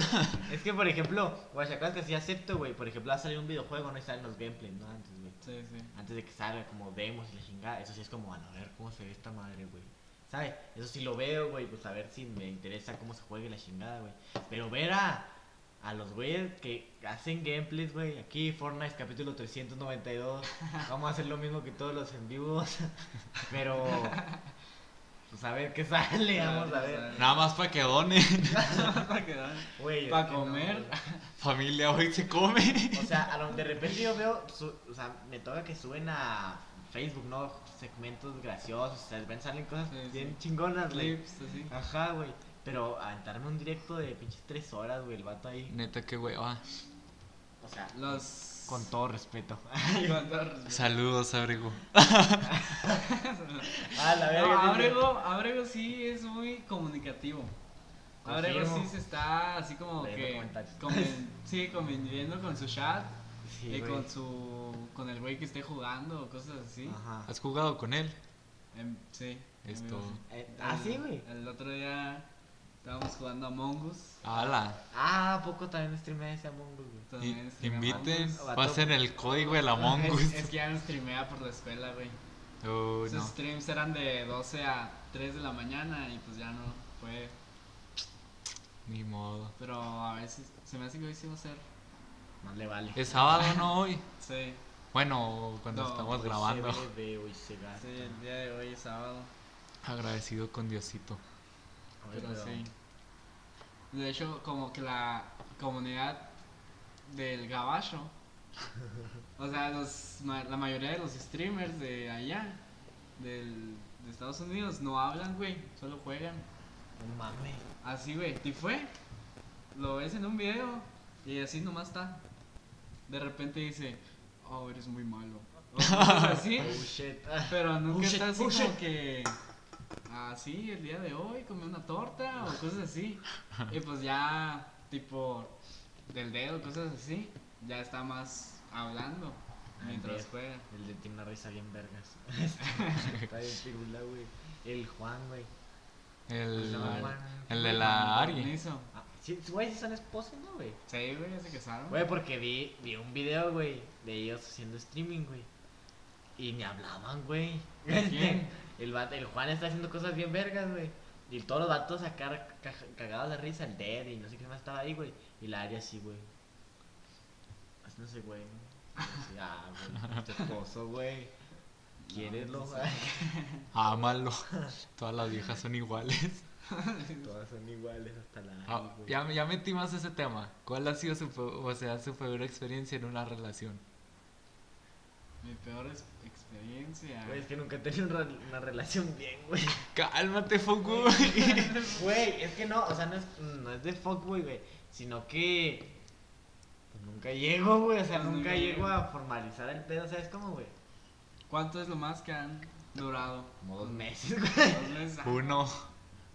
[SPEAKER 3] es que, por ejemplo, Guachacán que sí acepto, güey. Por ejemplo, va a salir un videojuego, no y salen los gameplays, ¿no? Antes, güey.
[SPEAKER 1] Sí, sí.
[SPEAKER 3] Antes de que salga como demos y la chingada. Eso sí es como, a la ver cómo se ve esta madre, güey. ¿Sabes? Eso sí lo veo, güey. Pues a ver si me interesa cómo se juegue la chingada, güey. Pero ver a, a los güeyes que hacen gameplays, güey. Aquí, Fortnite capítulo 392. <laughs> Vamos a hacer lo mismo que todos los en vivos. <laughs> Pero. Pues a ver qué sale, vamos a ver.
[SPEAKER 2] Nada más para que donen.
[SPEAKER 1] <laughs> Para quedar.
[SPEAKER 3] <laughs> Güey, es
[SPEAKER 1] Pa'
[SPEAKER 3] que no,
[SPEAKER 1] comer.
[SPEAKER 3] güey.
[SPEAKER 2] Familia hoy se come.
[SPEAKER 3] O sea, a lo- de repente yo veo, su- o sea, me toca que suben a Facebook, ¿no? Segmentos graciosos, o sea, ven, salen cosas
[SPEAKER 1] Sí, sí.
[SPEAKER 3] bien chingonas, güey.
[SPEAKER 1] Clips, así.
[SPEAKER 3] Ajá, güey. Pero aventarme un directo de pinches tres horas, güey, el vato ahí.
[SPEAKER 2] Neta, qué hueva.
[SPEAKER 3] O sea,
[SPEAKER 1] Los.
[SPEAKER 3] con
[SPEAKER 1] <laughs>
[SPEAKER 3] todo respeto.
[SPEAKER 1] Con todo
[SPEAKER 3] <laughs>
[SPEAKER 1] respeto. <laughs>
[SPEAKER 2] Saludos, abrigo.
[SPEAKER 3] Ah, la <laughs>
[SPEAKER 1] No,
[SPEAKER 3] verga. sí,
[SPEAKER 1] Abrego, Abrego sí es muy comunicativo. Abrego
[SPEAKER 3] Confirmo.
[SPEAKER 1] sí se está así como
[SPEAKER 3] Leyendo
[SPEAKER 1] que.
[SPEAKER 3] comentarios. <laughs>
[SPEAKER 1] conven- sí, conviviendo con su chat.
[SPEAKER 3] Sí,
[SPEAKER 1] y
[SPEAKER 3] güey.
[SPEAKER 1] con su. Con el güey que esté jugando o cosas así.
[SPEAKER 3] Ajá.
[SPEAKER 2] ¿Has jugado con él?
[SPEAKER 1] Em, sí.
[SPEAKER 2] Es
[SPEAKER 1] en vivo,
[SPEAKER 2] todo.
[SPEAKER 1] sí.
[SPEAKER 3] Eh, ah,
[SPEAKER 1] El-
[SPEAKER 3] sí, güey.
[SPEAKER 1] El otro día estábamos jugando a Mongus.
[SPEAKER 2] Ala.
[SPEAKER 3] Ah, ¿a poco también streamé ese Among Us, güey.
[SPEAKER 2] Y-
[SPEAKER 1] También streamé
[SPEAKER 2] inviten,
[SPEAKER 1] Among Us.
[SPEAKER 2] pasen el
[SPEAKER 1] <laughs>
[SPEAKER 2] código de la
[SPEAKER 1] Es-
[SPEAKER 2] Mongus.
[SPEAKER 1] Es, que ya me streamea por la escuela, güey.
[SPEAKER 2] Oh,
[SPEAKER 1] Esos
[SPEAKER 2] no.
[SPEAKER 1] streams eran de 12 a 3 de la mañana y pues ya no fue.
[SPEAKER 2] Ni modo.
[SPEAKER 1] Pero a veces se me hace que hoy sí va a ser.
[SPEAKER 3] Más le vale.
[SPEAKER 2] Es sábado, ¿no? Hoy.
[SPEAKER 1] Sí,
[SPEAKER 2] Bueno, cuando
[SPEAKER 1] No, pues,
[SPEAKER 2] estamos
[SPEAKER 3] Hoy se
[SPEAKER 2] grabando.
[SPEAKER 3] bebe, hoy se
[SPEAKER 2] Ah,
[SPEAKER 3] gasta.
[SPEAKER 1] sí, el día de hoy es sábado.
[SPEAKER 2] Agradecido con Diosito.
[SPEAKER 3] Ay,
[SPEAKER 1] Pero sí.
[SPEAKER 3] güey.
[SPEAKER 1] De hecho, como que la comunidad del Gabacho O sea, los, ma- la mayoría de los streamers de allá, del, de Estados Unidos, no hablan, güey, solo juegan.
[SPEAKER 3] No mames.
[SPEAKER 1] Así, güey, y fue. Lo ves en un video y así nomás está. De repente dice, oh, eres muy malo. O cosas
[SPEAKER 3] <laughs>
[SPEAKER 1] así,
[SPEAKER 3] Oh shit.
[SPEAKER 1] pero nunca
[SPEAKER 3] Oh, shit,
[SPEAKER 1] está así
[SPEAKER 3] oh,
[SPEAKER 1] como
[SPEAKER 3] shit.
[SPEAKER 1] que. Así, el día de hoy, comí una torta o cosas así. Y pues ya, tipo, del dedo, cosas así, ya está más hablando mientras
[SPEAKER 3] Entiendo.
[SPEAKER 1] juega.
[SPEAKER 3] El de tiene una risa bien vergas. <laughs>
[SPEAKER 1] <laughs>
[SPEAKER 3] Está bien pirula, güey. El Juan, güey.
[SPEAKER 1] Pues,
[SPEAKER 2] El,
[SPEAKER 3] No, Juan.
[SPEAKER 2] el de la Ari.
[SPEAKER 1] Permiso.
[SPEAKER 3] Ah, sí, güey, sí son esposos, ¿no, güey?
[SPEAKER 1] Sí, güey, ya se casaron.
[SPEAKER 3] Güey, porque vi, vi un video, güey, de ellos haciendo streaming, güey. Y me hablaban, güey. <laughs>
[SPEAKER 1] ¿Quién?
[SPEAKER 3] El, vato- el Juan está haciendo cosas bien vergas, güey. Y todos los vatos acá ca- cagados de risa, el Dead y no sé qué más estaba ahí, güey. Y la área así, güey. Así no
[SPEAKER 1] <laughs>
[SPEAKER 3] sé, güey. ¿no? Así, ah, güey, tu esposo, güey.
[SPEAKER 1] pues
[SPEAKER 3] Quiérelo,
[SPEAKER 1] No,
[SPEAKER 3] güey.
[SPEAKER 1] <laughs>
[SPEAKER 2] Ámalo. Todas las viejas son iguales.
[SPEAKER 3] Todas son iguales hasta la Ari,
[SPEAKER 2] Ah,
[SPEAKER 3] güey.
[SPEAKER 2] ya, ya metí más ese tema. ¿Cuál ha sido su, pe- o sea, su peor experiencia en una relación?
[SPEAKER 1] Mi peor es- experiencia.
[SPEAKER 3] Güey, es que nunca he tenido una, re- una relación bien, güey.
[SPEAKER 1] <laughs>
[SPEAKER 2] Cálmate, Fogu.
[SPEAKER 3] <laughs> Güey, es que no, o sea, no es, mm, no es de fuckboy, güey, sino que pues, nunca llego, güey, o sea,
[SPEAKER 2] Pues,
[SPEAKER 1] Nunca
[SPEAKER 3] nunca
[SPEAKER 1] llego.
[SPEAKER 3] llego a formalizar el pedo, ¿sabes cómo, güey?
[SPEAKER 1] ¿Cuánto es lo más que han durado?
[SPEAKER 3] Como dos meses, güey.
[SPEAKER 1] Dos meses.
[SPEAKER 2] Uno,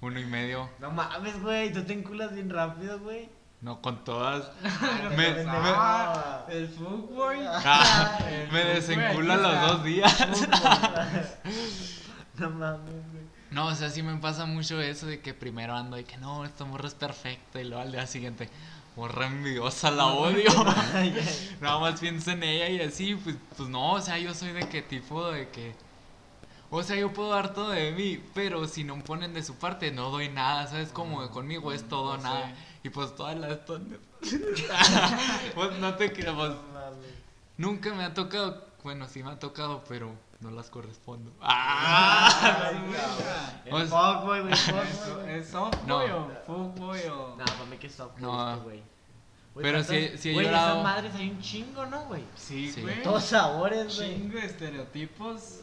[SPEAKER 2] uno y medio.
[SPEAKER 3] No mames, güey, tú te enculas bien rápido, güey.
[SPEAKER 2] No, con todas.
[SPEAKER 1] Ah,
[SPEAKER 2] Me-
[SPEAKER 1] no,
[SPEAKER 2] me-
[SPEAKER 1] ah, El fútbol.
[SPEAKER 2] Ah, <laughs>
[SPEAKER 1] El
[SPEAKER 2] me
[SPEAKER 1] fútbol,
[SPEAKER 2] desencula
[SPEAKER 1] aquí
[SPEAKER 2] los
[SPEAKER 1] está.
[SPEAKER 2] dos días.
[SPEAKER 3] No mames, güey.
[SPEAKER 2] No, o sea, sí me pasa mucho eso de que primero ando y que no, esta morra es perfecta y luego al día siguiente, morra envidiosa, la odio.
[SPEAKER 3] Ay, ay.
[SPEAKER 2] <laughs> Nada más pienso en ella y así, pues, pues no, o sea, yo soy de qué tipo de que... O sea, yo puedo dar todo de mí, pero si no ponen de su parte, no doy nada, ¿sabes? Como conmigo es todo,
[SPEAKER 1] Mm, no
[SPEAKER 2] nada.
[SPEAKER 1] sé.
[SPEAKER 2] Y pues todas las... tontas-
[SPEAKER 1] <laughs>
[SPEAKER 2] <laughs> pues no te creas, pues,
[SPEAKER 3] No mames.
[SPEAKER 2] Nunca me ha tocado, bueno, sí me ha tocado, pero no las correspondo. ¡Ah!
[SPEAKER 3] El
[SPEAKER 2] O sea-
[SPEAKER 3] fuckboy, güey, el fuckboy,
[SPEAKER 1] ¿Es,
[SPEAKER 3] güey.
[SPEAKER 1] es softboy
[SPEAKER 2] No.
[SPEAKER 1] o fútbol o.?
[SPEAKER 3] No, para mí que es soft,
[SPEAKER 2] No.
[SPEAKER 3] güey, Güey,
[SPEAKER 2] Pero
[SPEAKER 3] tantas-
[SPEAKER 2] sí- sí he
[SPEAKER 3] güey,
[SPEAKER 2] llorado.
[SPEAKER 3] esas madres hay un chingo, ¿no, güey?
[SPEAKER 1] Sí,
[SPEAKER 2] Sí.
[SPEAKER 1] güey.
[SPEAKER 3] Todos sabores, güey.
[SPEAKER 1] Chingo de estereotipos.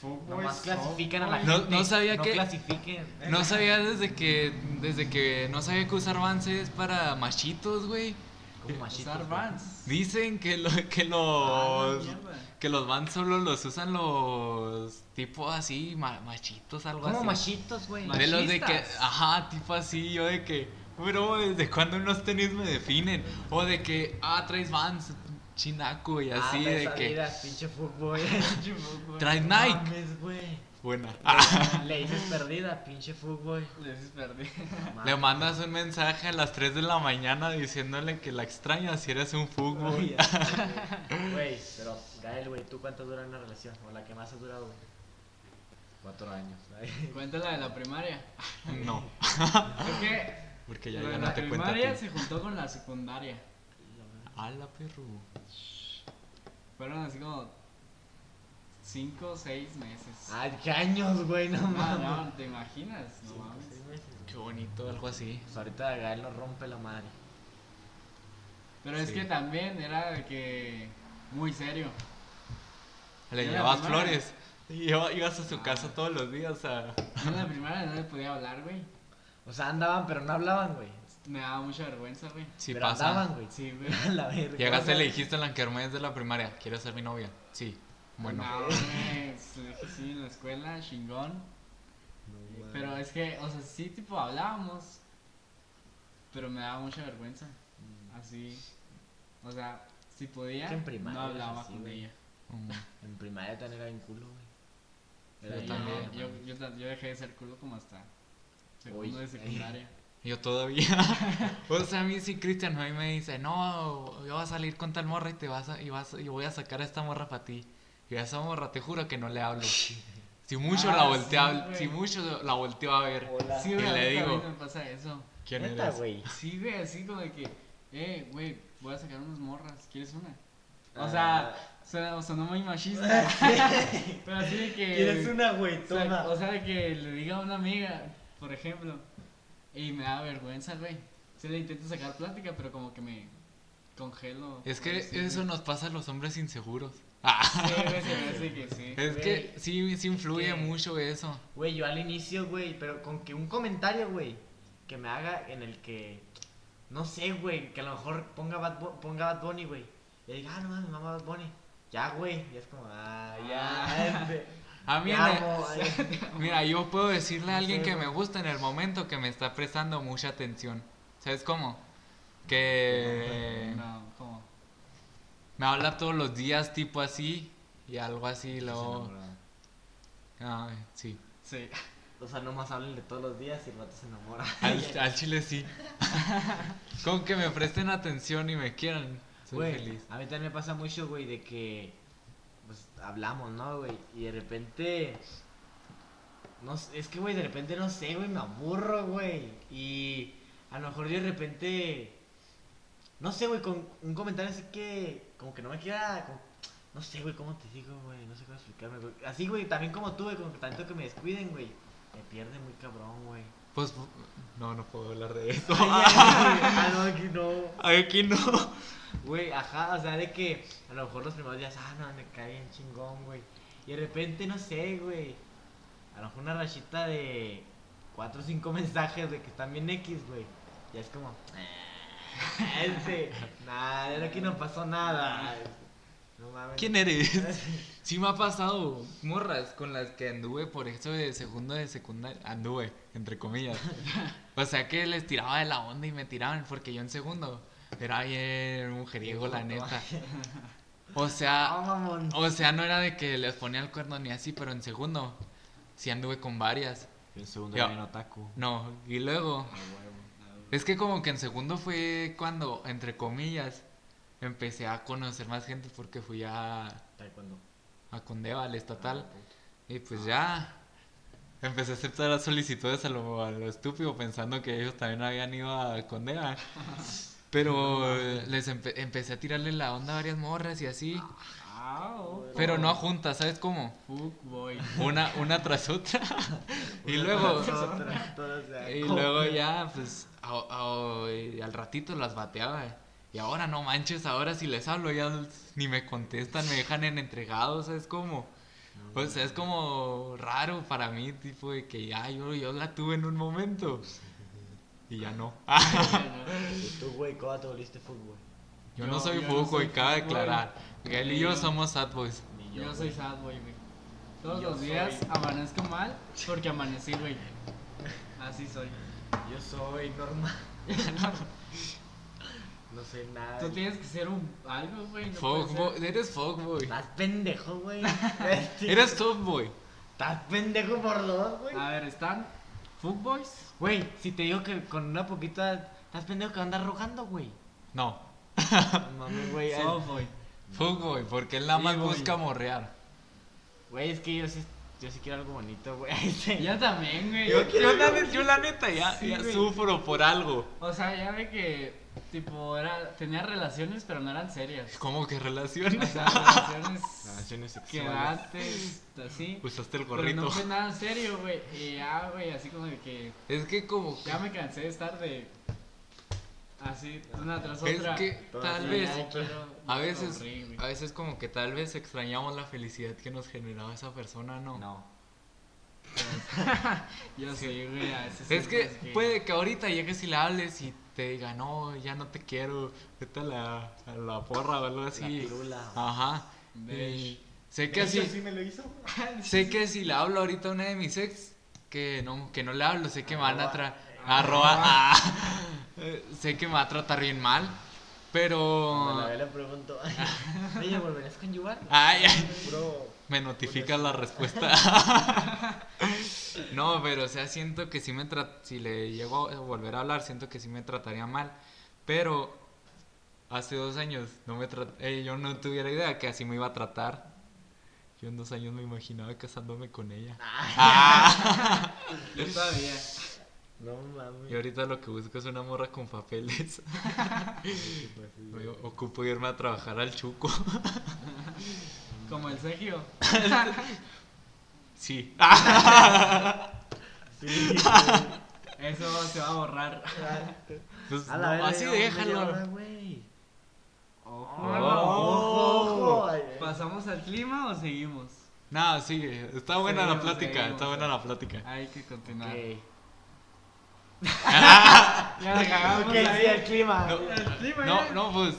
[SPEAKER 1] Fútbol.
[SPEAKER 3] Nomás clasifican a la
[SPEAKER 2] No-
[SPEAKER 3] gente.
[SPEAKER 2] no sabía que-
[SPEAKER 3] No clasifiquen.
[SPEAKER 2] No sabía desde que, desde que, no sabía que usar Vans es para machitos, güey.
[SPEAKER 3] Como machitos,
[SPEAKER 1] Usar
[SPEAKER 3] güey.
[SPEAKER 1] Vans.
[SPEAKER 2] Dicen que, lo, que
[SPEAKER 1] Ah,
[SPEAKER 2] los,
[SPEAKER 1] mierda.
[SPEAKER 2] que los Vans solo los usan los tipo así, ma- machitos, algo
[SPEAKER 3] Como
[SPEAKER 2] así.
[SPEAKER 3] machitos, güey.
[SPEAKER 1] Mach-
[SPEAKER 2] De los de que,
[SPEAKER 1] machistas.
[SPEAKER 2] ajá, tipo así, yo de que, bro, ¿desde cuándo unos tenis me definen? O de que, ah, traes Vans, chinaco y
[SPEAKER 3] Ah,
[SPEAKER 2] así,
[SPEAKER 3] ves,
[SPEAKER 2] de que,
[SPEAKER 3] Adidas,
[SPEAKER 2] <laughs>
[SPEAKER 3] pinche fútbol.
[SPEAKER 1] Pinche fútbol.
[SPEAKER 2] traes
[SPEAKER 3] No
[SPEAKER 2] Nike.
[SPEAKER 3] mames, güey.
[SPEAKER 2] Buena.
[SPEAKER 3] Le dices perdida, pinche fútbol.
[SPEAKER 1] Les perdí.
[SPEAKER 2] Ah.
[SPEAKER 1] <laughs>
[SPEAKER 2] Le mandas un mensaje a las 3 de la mañana diciéndole que la extrañas si eres un fútbol. <laughs>
[SPEAKER 3] Güey, pero Gael, güey, ¿tú cuánto dura una relación? ¿O la que más ha durado, güey? Cuatro años. <laughs>
[SPEAKER 1] Cuéntala de la primaria.
[SPEAKER 2] No,
[SPEAKER 1] Es que.
[SPEAKER 2] porque ya,
[SPEAKER 1] lo de
[SPEAKER 2] ya
[SPEAKER 1] la
[SPEAKER 2] no te cuenta. a ti.
[SPEAKER 1] primaria se juntó con la secundaria.
[SPEAKER 2] A la perro.
[SPEAKER 1] Fueron así como 5 o 6 meses.
[SPEAKER 3] Ay, qué años, güey, no
[SPEAKER 1] no,
[SPEAKER 3] mames.
[SPEAKER 1] no, te imaginas, Ah, no
[SPEAKER 3] Cinco,
[SPEAKER 1] mames.
[SPEAKER 3] seis meses, güey.
[SPEAKER 2] Qué bonito, algo así.
[SPEAKER 3] Pues ahorita Gael nos rompe la madre.
[SPEAKER 1] Pero es
[SPEAKER 2] Sí.
[SPEAKER 1] que también era de que muy serio.
[SPEAKER 2] Le
[SPEAKER 1] Yo en la
[SPEAKER 2] llevabas
[SPEAKER 1] primaria-
[SPEAKER 2] flores. Y yo- ibas a su
[SPEAKER 1] Ah.
[SPEAKER 2] casa todos los días a...
[SPEAKER 1] Yo en la primaria no le podía hablar, güey.
[SPEAKER 3] O sea, andaban, pero no hablaban, güey.
[SPEAKER 1] Me daba mucha vergüenza, güey.
[SPEAKER 2] Si
[SPEAKER 3] pero
[SPEAKER 2] pasa.
[SPEAKER 3] andaban, güey.
[SPEAKER 1] Sí, güey.
[SPEAKER 3] <laughs> A la verga.
[SPEAKER 2] Llegaste y le dijiste a la enfermera de la primaria, ¿quieres ser mi novia? Sí. Bueno.
[SPEAKER 1] No, güey. le dije, Sí, en la escuela, chingón. Pero es que, o sea, sí, tipo, hablábamos. Pero me daba mucha vergüenza. Así. O sea, si podía,
[SPEAKER 3] Que en primaria
[SPEAKER 1] no
[SPEAKER 3] es
[SPEAKER 1] hablaba
[SPEAKER 3] así,
[SPEAKER 1] con
[SPEAKER 3] güey.
[SPEAKER 1] ella.
[SPEAKER 2] Mm.
[SPEAKER 3] En primaria también era bien culo, güey.
[SPEAKER 2] Yo
[SPEAKER 1] Sí,
[SPEAKER 2] también.
[SPEAKER 1] Yo, yo ta- yo dejé de ser culo como hasta segundo
[SPEAKER 3] Uy.
[SPEAKER 1] de secundaria.
[SPEAKER 2] Yo todavía. o sea, a mí sí, Cristian, a mí me dice, no, yo voy a salir con tal morra y te vas a, y vas, y voy a sacar a esta morra para ti. Y a esa morra te juro que no le hablo. Si mucho
[SPEAKER 1] Ah,
[SPEAKER 2] la volteo, a-
[SPEAKER 1] sí, güey.
[SPEAKER 2] si mucho la volteo a ver.
[SPEAKER 3] Hola.
[SPEAKER 1] Sí,
[SPEAKER 2] Y
[SPEAKER 1] güey,
[SPEAKER 2] le
[SPEAKER 1] ahorita a mí
[SPEAKER 2] digo,
[SPEAKER 1] no me pasa eso.
[SPEAKER 2] ¿quién
[SPEAKER 3] Neta,
[SPEAKER 2] eres?
[SPEAKER 3] güey.
[SPEAKER 1] Sí, güey, así como de que, eh, güey, voy a sacar unas morras, ¿quieres una? O
[SPEAKER 3] Ah.
[SPEAKER 1] sea, suena, o sea, no muy
[SPEAKER 3] <laughs>
[SPEAKER 1] machista. pero así de que.
[SPEAKER 3] ¿Quieres una, güey?
[SPEAKER 1] eh, o sea,
[SPEAKER 3] Toma.
[SPEAKER 1] O sea, de que le diga a una amiga, por ejemplo, y me da vergüenza, güey. Se le intento sacar plática, pero como que me. Congelo.
[SPEAKER 2] Es que
[SPEAKER 1] güey, sí,
[SPEAKER 2] eso
[SPEAKER 1] güey.
[SPEAKER 2] nos pasa a los hombres inseguros. Ah,
[SPEAKER 1] <laughs> Sí, güey, se me
[SPEAKER 2] <laughs>
[SPEAKER 1] hace que sí.
[SPEAKER 2] es que
[SPEAKER 3] Güey.
[SPEAKER 2] sí, sí influye
[SPEAKER 3] ¿Qué?
[SPEAKER 2] mucho eso.
[SPEAKER 3] Güey, yo al inicio, güey, pero con que un comentario, güey, que me haga en el que, no sé, güey, que a lo mejor ponga Bad, Bu- ponga Bad Bunny, güey. Y diga, ah, no mames, mamá Bad Bunny. Ya, güey, ya es como, ah, <laughs> ya, este,
[SPEAKER 2] A mí,
[SPEAKER 3] te
[SPEAKER 2] me- <laughs>
[SPEAKER 3] amo, ay.
[SPEAKER 2] mira, yo puedo decirle a
[SPEAKER 3] No
[SPEAKER 2] alguien
[SPEAKER 3] sé,
[SPEAKER 2] que
[SPEAKER 3] güey.
[SPEAKER 2] me gusta en el momento que me está prestando mucha atención. ¿Sabes cómo? Que
[SPEAKER 1] No, ¿cómo?
[SPEAKER 2] me habla todos los días, tipo así, y algo así, luego. Ay, sí.
[SPEAKER 1] Sí.
[SPEAKER 3] O sea, nomás hablen de todos los días y el vato se enamora.
[SPEAKER 2] Al, al chile sí. <laughs> Con que me presten atención y me quieran. Soy
[SPEAKER 3] Güey,
[SPEAKER 2] feliz.
[SPEAKER 3] a mí también me pasa mucho, güey, de que pues hablamos, ¿no, güey? Y de repente no sé, es que güey, de repente no sé, güey, me aburro, güey. Y a lo mejor yo de repente no sé, güey, con un comentario así que como que no me queda como- no sé, güey, cómo te digo, güey, no sé cómo explicarme, güey. Así, güey, también como tú, güey, como que tanto que me descuiden, güey. Me pierde muy cabrón, güey.
[SPEAKER 2] Pues no, no puedo hablar de eso. <laughs>
[SPEAKER 3] Ah, no, aquí no.
[SPEAKER 2] Aquí no. <laughs>
[SPEAKER 3] Güey, ajá, o sea, de que a lo mejor los primeros días, ah, no, me cae bien chingón, güey. Y de repente, no sé, güey. A lo mejor una rachita de cuatro o cinco <laughs> mensajes de que están bien X, güey. Ya es como, este, nada, de aquí no pasó nada. No mames. <laughs>
[SPEAKER 2] ¿Quién eres? Sí me ha pasado morras con las que anduve por eso de segundo de secundaria. Anduve, entre comillas. O sea que les tiraba de la onda y me tiraban porque yo en segundo era bien mujeriego, la neta. O sea,
[SPEAKER 3] No, mamón.
[SPEAKER 2] O sea, no era de que les ponía el cuerno ni así, pero en segundo sí anduve con varias.
[SPEAKER 3] En segundo
[SPEAKER 2] Yo. era bien
[SPEAKER 3] otaku.
[SPEAKER 2] No, y luego
[SPEAKER 3] Ah,
[SPEAKER 2] es que como que en segundo fue cuando, entre comillas, empecé a conocer más gente porque fui a,
[SPEAKER 3] Taekwondo.
[SPEAKER 2] a Condeva, al estatal, y pues ya empecé a aceptar las solicitudes a lo, a lo estúpido pensando que ellos también habían ido a Condeva. Pero eh, les empe- empecé a tirarle la onda a varias morras y así,
[SPEAKER 1] Ah, oh,
[SPEAKER 2] pero no a juntas, ¿sabes cómo?
[SPEAKER 1] fuck boy.
[SPEAKER 2] Una, una tras otra. <laughs> y luego,
[SPEAKER 3] Otra, todas, o sea,
[SPEAKER 2] <laughs> y
[SPEAKER 3] como-
[SPEAKER 2] luego ya, pues, ao- ao- y al ratito las bateaba. Y ahora no manches, ahora si les hablo ya ni me contestan, me dejan en entregados, ¿sabes cómo? O sea, pues, es como raro para mí, tipo de que ya yo, yo la tuve en un momento. Y ya no. Ah,
[SPEAKER 3] Y tú, güey, ¿cómo te volviste fútbol?
[SPEAKER 2] Yo
[SPEAKER 1] Yo-
[SPEAKER 2] no soy
[SPEAKER 1] yo no
[SPEAKER 2] fujo
[SPEAKER 1] soy
[SPEAKER 2] y cabe
[SPEAKER 1] fuckboy.
[SPEAKER 2] aclarar. Él y yo somos sad boys.
[SPEAKER 3] Ni
[SPEAKER 1] <laughs> Yo,
[SPEAKER 3] güey.
[SPEAKER 1] soy sad boy, güey. Todos
[SPEAKER 3] Yo
[SPEAKER 1] los días
[SPEAKER 3] soy-
[SPEAKER 1] amanezco mal porque amanecí,
[SPEAKER 3] <laughs>
[SPEAKER 1] güey. Así soy.
[SPEAKER 3] Yo soy normal. no soy nada.
[SPEAKER 1] Tú tienes que ser un algo, güey. no puedes ser- Ah,
[SPEAKER 2] Fuckboy, eres fuckboy.
[SPEAKER 3] Estás pendejo, <laughs> güey.
[SPEAKER 2] Eres softboy.
[SPEAKER 3] Estás pendejo por dos, güey.
[SPEAKER 1] A ver, ¿están fuckboys?
[SPEAKER 3] Güey, si te digo que con una poquita. Estás pendejo que andas rogando, güey.
[SPEAKER 2] No,
[SPEAKER 3] No Mames, güey. ay,
[SPEAKER 1] Softboy.
[SPEAKER 2] fuckboy, porque él nada
[SPEAKER 1] Sí,
[SPEAKER 2] más
[SPEAKER 1] voy.
[SPEAKER 2] busca morrear.
[SPEAKER 3] Güey, es que yo sí, yo sí quiero algo bonito, <laughs> güey. Este,
[SPEAKER 1] Yo también, güey.
[SPEAKER 2] Yo, yo la, neta- yo la neta ya,
[SPEAKER 1] Sí,
[SPEAKER 2] ya
[SPEAKER 1] güey.
[SPEAKER 2] sufro por algo.
[SPEAKER 1] O sea, ya ve que, tipo, era, tenía relaciones, pero no eran serias.
[SPEAKER 2] ¿Cómo que
[SPEAKER 1] O
[SPEAKER 2] relaciones? <laughs>
[SPEAKER 1] sea,
[SPEAKER 2] Ah,
[SPEAKER 1] relaciones
[SPEAKER 3] Relaciones
[SPEAKER 1] que
[SPEAKER 3] sexuales.
[SPEAKER 1] antes, así.
[SPEAKER 2] Usaste el
[SPEAKER 1] Pero
[SPEAKER 2] Pues, gorrito.
[SPEAKER 1] no fue nada serio, güey. Y ya, güey, así como de que
[SPEAKER 2] Es que como...
[SPEAKER 1] ya me cansé de estar de. Así, una tras
[SPEAKER 2] Es
[SPEAKER 1] otra.
[SPEAKER 2] que tal
[SPEAKER 1] Y
[SPEAKER 2] vez...
[SPEAKER 1] ya quiero-
[SPEAKER 2] A
[SPEAKER 1] ya
[SPEAKER 2] veces,
[SPEAKER 1] aburrí, güey.
[SPEAKER 2] a veces como que tal vez extrañamos la felicidad que nos generaba esa persona, ¿no?
[SPEAKER 3] No.
[SPEAKER 1] Yo sí, güey, a veces.
[SPEAKER 2] Es que
[SPEAKER 1] sientes
[SPEAKER 2] puede que ahorita llegues y le hables y te diga, no, ya no te quiero, vete a la, a la porra o algo
[SPEAKER 3] La
[SPEAKER 2] así.
[SPEAKER 3] pirula.
[SPEAKER 2] Ajá.
[SPEAKER 1] Besh.
[SPEAKER 2] Y sé que así...
[SPEAKER 3] sí me lo hizo.
[SPEAKER 2] Sé que si le hablo ahorita a una de mis ex, que no, que no le hablo, sé que me van a tratar.
[SPEAKER 3] Arroba.
[SPEAKER 2] Arroba. ah, <laughs> eh, sé que me va a tratar bien mal,
[SPEAKER 3] Cuando
[SPEAKER 2] pero.
[SPEAKER 3] la ve le pregunto. <laughs> Oye, ¿volverás a conyugar?
[SPEAKER 2] Ay, ay,
[SPEAKER 3] Bro.
[SPEAKER 2] me notifica la respuesta. <laughs> No, pero o sea, siento que si, me tra- si le llego a volver a hablar, siento que sí me trataría mal. Pero hace dos años no me tra- eh, yo no tuviera idea que así me iba a tratar. Yo en dos años me imaginaba casándome con ella.
[SPEAKER 1] Yo todavía.
[SPEAKER 3] No
[SPEAKER 2] Y
[SPEAKER 3] mames.
[SPEAKER 2] ahorita lo que busco es una morra con papeles. Me ocupo irme a trabajar al chuco. <laughs>
[SPEAKER 1] Como el Sergio.
[SPEAKER 2] Sí.
[SPEAKER 3] <laughs> Ah, Sí,
[SPEAKER 1] Eso se va a borrar.
[SPEAKER 3] güey.
[SPEAKER 2] Pues,
[SPEAKER 3] A la
[SPEAKER 2] no,
[SPEAKER 3] verga,
[SPEAKER 2] Pues, así
[SPEAKER 3] llevamos media
[SPEAKER 2] déjalo.
[SPEAKER 3] hora, güey.
[SPEAKER 1] Ojo.
[SPEAKER 2] Oh.
[SPEAKER 3] Ojo, ay, ay.
[SPEAKER 1] ¿Pasamos al clima o seguimos?
[SPEAKER 2] No, sigue. Está buena la
[SPEAKER 1] Seguimos,
[SPEAKER 2] plática.
[SPEAKER 1] seguimos.
[SPEAKER 2] Está buena la plática.
[SPEAKER 1] Hay que continuar.
[SPEAKER 3] Ok.
[SPEAKER 1] Ya la cagamos.
[SPEAKER 3] Ok,
[SPEAKER 1] ahí.
[SPEAKER 3] sí, el clima.
[SPEAKER 2] No,
[SPEAKER 1] El clima,
[SPEAKER 2] no,
[SPEAKER 1] ya.
[SPEAKER 2] no, pues.